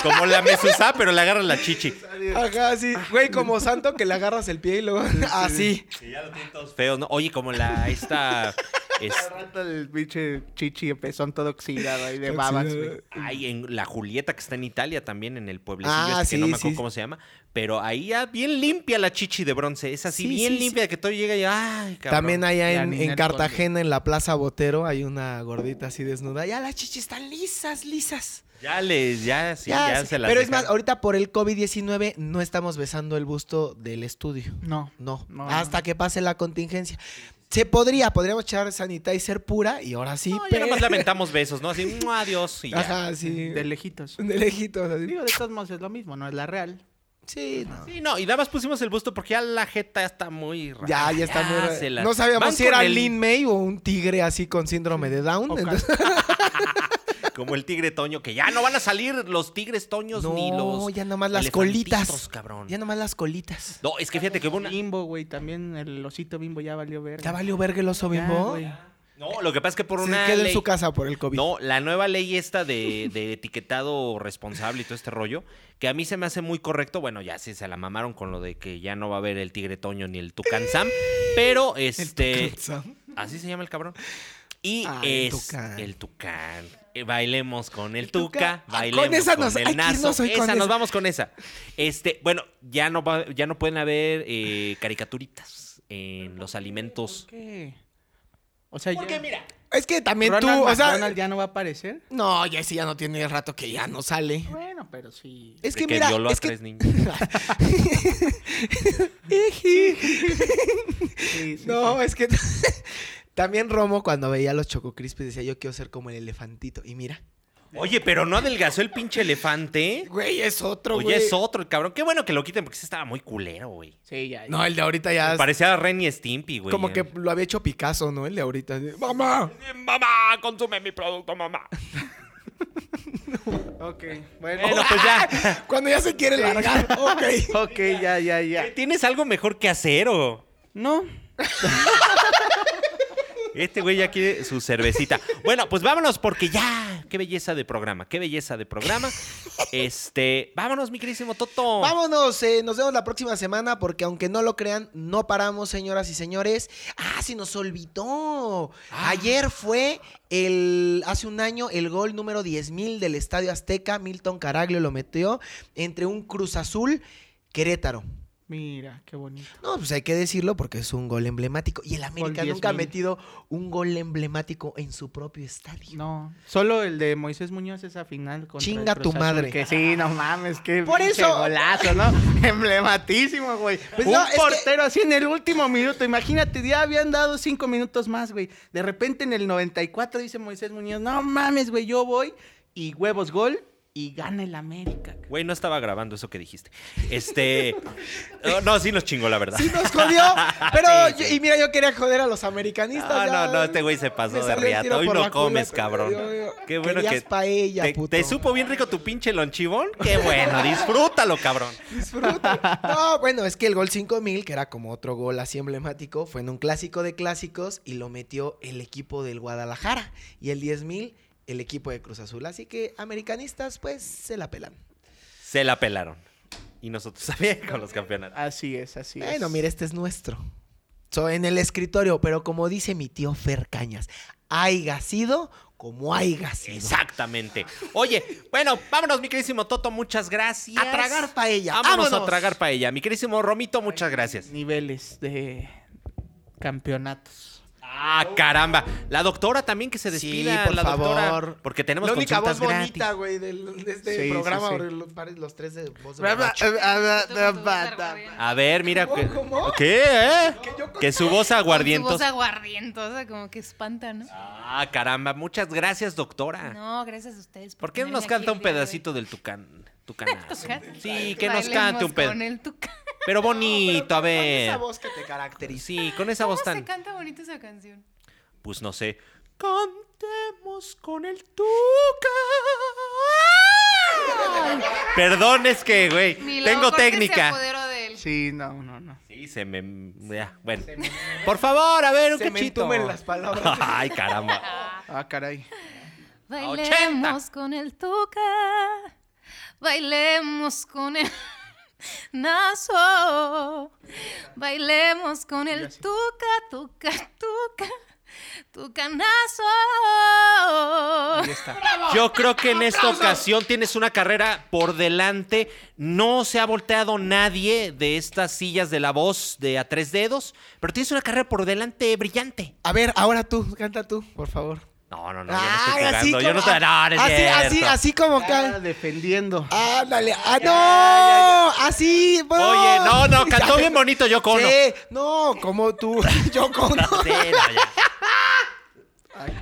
A: Como la mesusa, pero le agarra la chichi.
B: Ajá, sí.
C: Ah.
B: Güey, como santo que le agarras el pie y luego. Así.
A: Que ya lo tienen todos feos, ¿no? Oye, como la esta. es-
C: Al rato el pinche chichi pezón todo oxidado ahí de babas, güey.
A: ay, en la Julieta que está en Italia también, en el pueblecillo,
B: Ah,
A: este que no
B: sí,
A: me acuerdo
B: sí.
A: cómo se llama. Pero ahí ya bien limpia la chichi de bronce. Es así,
B: Sí,
A: bien
B: sí,
A: limpia que todo llega y. Ay, cabrón.
B: También allá
C: Ya,
B: en,
C: Ninel
B: en Cartagena, en la Plaza Botero, hay una gordita así desnuda. Ya las chichis están lisas, lisas.
A: Ya les, ya, sí, ya,
B: sí.
A: se las
B: Pero es
A: dejan.
B: más, ahorita por el COVID-19 no estamos besando el busto del estudio.
C: No.
B: No,
C: No,
B: hasta que pase la contingencia. Se podría, podríamos echar sanitizer pura y ahora sí.
A: No, ya
B: pero...
A: nada más lamentamos besos, ¿no? Así, "Mua, adiós. Y ya.
B: Ajá, sí.
C: De lejitos.
B: De lejitos. así.
C: Digo, de todos modos es lo mismo, no es la real.
B: Sí, no.
A: Sí, no, y nada más pusimos el busto porque ya la jeta ya está muy rara.
B: Ya, ya está muy raro.
A: se las-
B: No sabíamos
A: Van
B: si era
A: con el-
B: Lin May o un tigre así con síndrome de Down.
C: O
B: entonces-
A: Como el tigre toño, que ya no van a salir los tigres toños ni
B: no,
A: los.
B: ya nomás las
A: elefantitos,
B: colitas.
A: cabrón.
B: Ya nomás las colitas.
A: No, es que fíjate que hubo una.
C: Bimbo, güey, también el osito bimbo ya valió verga.
B: Ya valió verga el oso
C: Ya,
B: bimbo.
C: güey.
A: No, lo que pasa es que por
B: Se
A: una.
B: quedó en
A: ley-
B: su casa por el COVID.
A: No, la nueva ley esta de, de etiquetado responsable y todo este rollo, que a mí se me hace muy correcto. Bueno, ya sí se la mamaron con lo de que ya no va a haber el tigre toño ni el tucán Sam, pero este. Así se llama el cabrón. Y
B: Ah, el
A: es
B: Tucán.
A: el tucán. Eh, Bailemos con el,
B: El
A: tuca,
B: Tuca. Ah,
A: bailemos con,
B: con esa nos- hay
A: el
B: que
A: nazo.
B: irnos hoy
A: esa,
B: con
A: nos
B: esa.
A: vamos con esa. Este, bueno, ya no va- ya no pueden haber eh, caricaturitas en los alimentos.
C: ¿Por qué? O sea, ya-
A: mira,
B: Es que también
C: Ronald
B: tú, o sea.
C: McDonald ya no va a aparecer.
B: No, ya ese ya no tiene rato que ya no sale.
C: Bueno, pero sí.
B: Es
A: que,
B: que mira,
A: violó
B: es
A: a
B: que
A: tres niños.
C: Sí, sí,
B: No, es que también Romo cuando veía los Choco Crispis decía, yo quiero ser como el elefantito. Y mira,
A: Oye, pero no adelgazó el pinche elefante.
D: Güey, es otro,
A: Oye, es otro el cabrón. Qué bueno que lo quiten porque ese estaba muy culero, güey.
C: Sí, ya.
D: No, el de ahorita ya...
A: Parecía Ren y Stimpy, güey.
D: Como que lo había hecho Picasso, ¿no? El de ahorita. ¡Mamá!
A: Mamá, consume mi producto, mamá.
C: Ok,
A: Bueno, pues ya.
D: Cuando ya se quiere largar. Ok.
B: pues,
C: Ok, ya, ya, ya.
A: ¿Tienes algo mejor que hacer o...?
C: No.
A: Este güey ya quiere su cervecita. Bueno, pues vámonos porque ya. Qué belleza de programa, qué belleza de programa. Este, vámonos, mi querísimo Toto.
B: Vámonos, eh, nos vemos la próxima semana porque aunque no lo crean, no paramos, señoras y señores. Ah, se nos olvidó.
A: Ah.
B: Ayer fue el, hace un año, el gol número 10.000 del Estadio Azteca. Milton Caraglio lo metió entre un Cruz Azul Querétaro.
C: Mira, qué bonito.
B: No, pues hay que decirlo porque es un gol emblemático. Y el América
C: 10,000.
B: nunca ha metido un gol emblemático en su propio estadio.
C: No, solo el de Moisés Muñoz esa final contra el
B: Chinga tu
C: Cruz Azul,
B: madre.
C: Que sí, no mames, que
B: Por eso-
C: golazo, ¿no? Emblematísimo, güey.
B: Pues
C: Un
B: no, es que-
C: portero así en el último minuto. Imagínate, ya habían dado cinco minutos más, güey. De repente en el 94 dice Moisés Muñoz, no mames, güey, yo voy y huevos gol y gana el América.
A: Güey, no estaba grabando eso que dijiste. Este. oh, no, sí nos chingó, la verdad.
B: Sí nos jodió, pero
A: Sí,
B: yo-
A: sí.
B: y mira, yo quería joder a los americanistas.
A: No,
B: ya.
A: no, no, este güey se pasó
B: Me
A: de
B: salió el
A: riata.
B: tiro
A: Hoy
B: por
A: no
B: la
A: comes,
B: culata.
A: cabrón.
B: Yo- yo-
A: Qué bueno
B: querías
A: que.
B: paella,
A: te,
B: puto.
A: te supo bien rico tu pinche lonchibón. Qué bueno, disfrútalo, cabrón.
B: Disfruta. No, bueno, es que el gol 5000, que era como otro gol así emblemático, fue en un clásico de clásicos y lo metió el equipo del Guadalajara. Y el 10000, el equipo de Cruz Azul. Así que americanistas, pues se la pelan.
A: Se la pelaron. Y nosotros también con los campeonatos.
C: Así es, así es.
B: Bueno, mira, este es nuestro. So, en el escritorio, pero como dice mi tío Fer Cañas, haiga sido como haiga sido.
A: Exactamente. Oye, bueno, vámonos, mi querísimo Toto, muchas gracias.
B: A tragar paella.
A: Vámonos, a
B: vámonos.
A: tragar paella. Mi querísimo Romito, muchas gracias.
C: Niveles de campeonatos.
A: Ah, caramba. La doctora también que se
B: Sí,
A: despida,
B: por
A: la doctora,
B: favor.
A: Porque tenemos
B: La única voz
A: consultas gratis.
B: bonita, güey, del- de este
C: Sí, sí,
B: programa.
C: sí.
B: porque Los, pares- los tres de voz de borracho.
A: eh,
C: Pero
A: A ver, mira.
B: ¿Cómo,
A: que-
B: cómo?
A: ¿Qué? eh? Que su voz
E: Guardientos.
A: aguardientos.
E: voz aguardientosa, como que espanta, ¿no?
A: Ah, caramba. Muchas gracias, doctora.
E: No, gracias a ustedes.
A: ¿Por qué no
E: tenerme
A: nos canta
E: aquí
A: un
E: el día de hoy.
A: pedacito del tucán? Tucanazo.
E: ¿Tucán?
A: Sí, que nos
E: Bailemos
A: cante un pedo.
E: Con el tucán.
A: Pero bonito, a ver.
B: Esa voz que te caracteriza.
A: Sí, con esa voz
E: ¿Cómo se
A: tan.
E: canta bonito esa canción?
A: Pues no sé. Cantemos con el tucán. Perdón, es que, güey.
E: Ni loco,
A: Tengo
E: ¿por qué se
A: técnica.
E: apoderó de él?
C: Sí, no, no, no.
A: Sí, se me. ya, bueno. Por favor, a ver, un
B: Se me
A: cachito.
B: entumen las palabras.
A: Ay, caramba.
C: Ah, caray.
A: A 80.
E: Bailemos con el tuca, bailemos con el nazo, bailemos con el tuca, tuca, tuca, tucanazo.
C: Ahí está.
A: Yo creo que en esta ocasión tienes una carrera por delante. No se ha volteado nadie de estas sillas de la voz de a tres dedos, pero tienes una carrera por delante brillante.
B: A ver, ahora tú, canta tú, por favor.
A: No, no, no, yo no estoy
B: Ay, así
A: jugando. Yo no
B: como-
A: estoy. No, no es
B: así, así,
A: cierto.
B: así como
C: Ah,
B: canta.
C: defendiendo.
B: Ándale, ah, no, así, bro.
A: Oye, no, no, cantó bien bonito yo cono.
B: Sí, no, como tú, yo cono.
A: Sí, no, ya.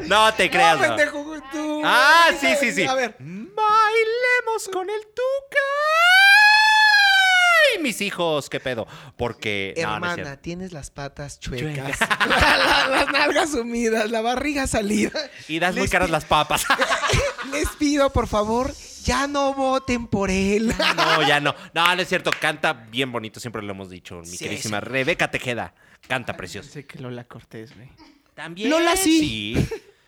A: No te creas.
B: No,
A: no.
B: pendejo, tú.
A: Ah, sí, sí, sí.
B: A ver,
A: Bailemos con el tuca. Ay, mis hijos, qué pedo. Porque. no, no es
B: hermana,
A: cierto.
B: tienes las patas chuecas, la- las nalgas sumidas, la barriga salida.
A: y das muy
B: Les
A: caras las papas.
B: Les pido, por favor, ya no voten por él.
A: No, ya no. No, no es cierto. Canta bien bonito, siempre lo hemos dicho. Mi
B: Sí,
A: queridísima Rebeca Tejeda. Canta precioso.
C: Pensé que Lola Cortés, güey.
A: También.
B: Lola
A: sí.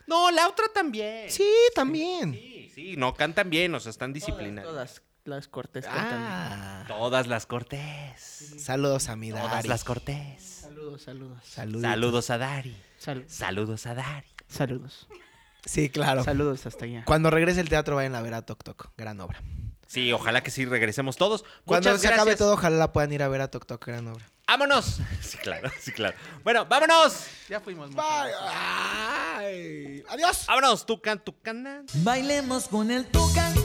A: No, la otra también.
B: Sí, también.
A: Sí, sí, no, cantan bien, o sea, están disciplinadas. Todas,
C: Todas las Cortés cantan.
B: Ah,
A: las Cortés.
B: saludos a mi
A: Todas
B: Dari.
A: las Cortés.
C: Saludos, saludos.
B: Saludos.
A: Saludos a Dari.
C: Saludos.
A: Saludos a Dari.
C: Saludos.
B: Sí, claro.
C: Saludos hasta allá.
B: Cuando regrese el teatro, vayan a ver a Tok Tok. Gran obra.
A: Sí, ojalá que sí regresemos todos.
B: Cuando
A: Muchas
B: se
A: gracias.
B: acabe todo, ojalá la puedan ir a ver a Tok Tok. Gran obra.
A: ¡Vámonos! Sí, claro, sí, claro. Bueno, vámonos.
C: Ya fuimos. muchas
B: Bye.
C: gracias.
B: Ay. Adiós.
A: Vámonos, Tucan, Tucana.
F: Bailemos con el tucán,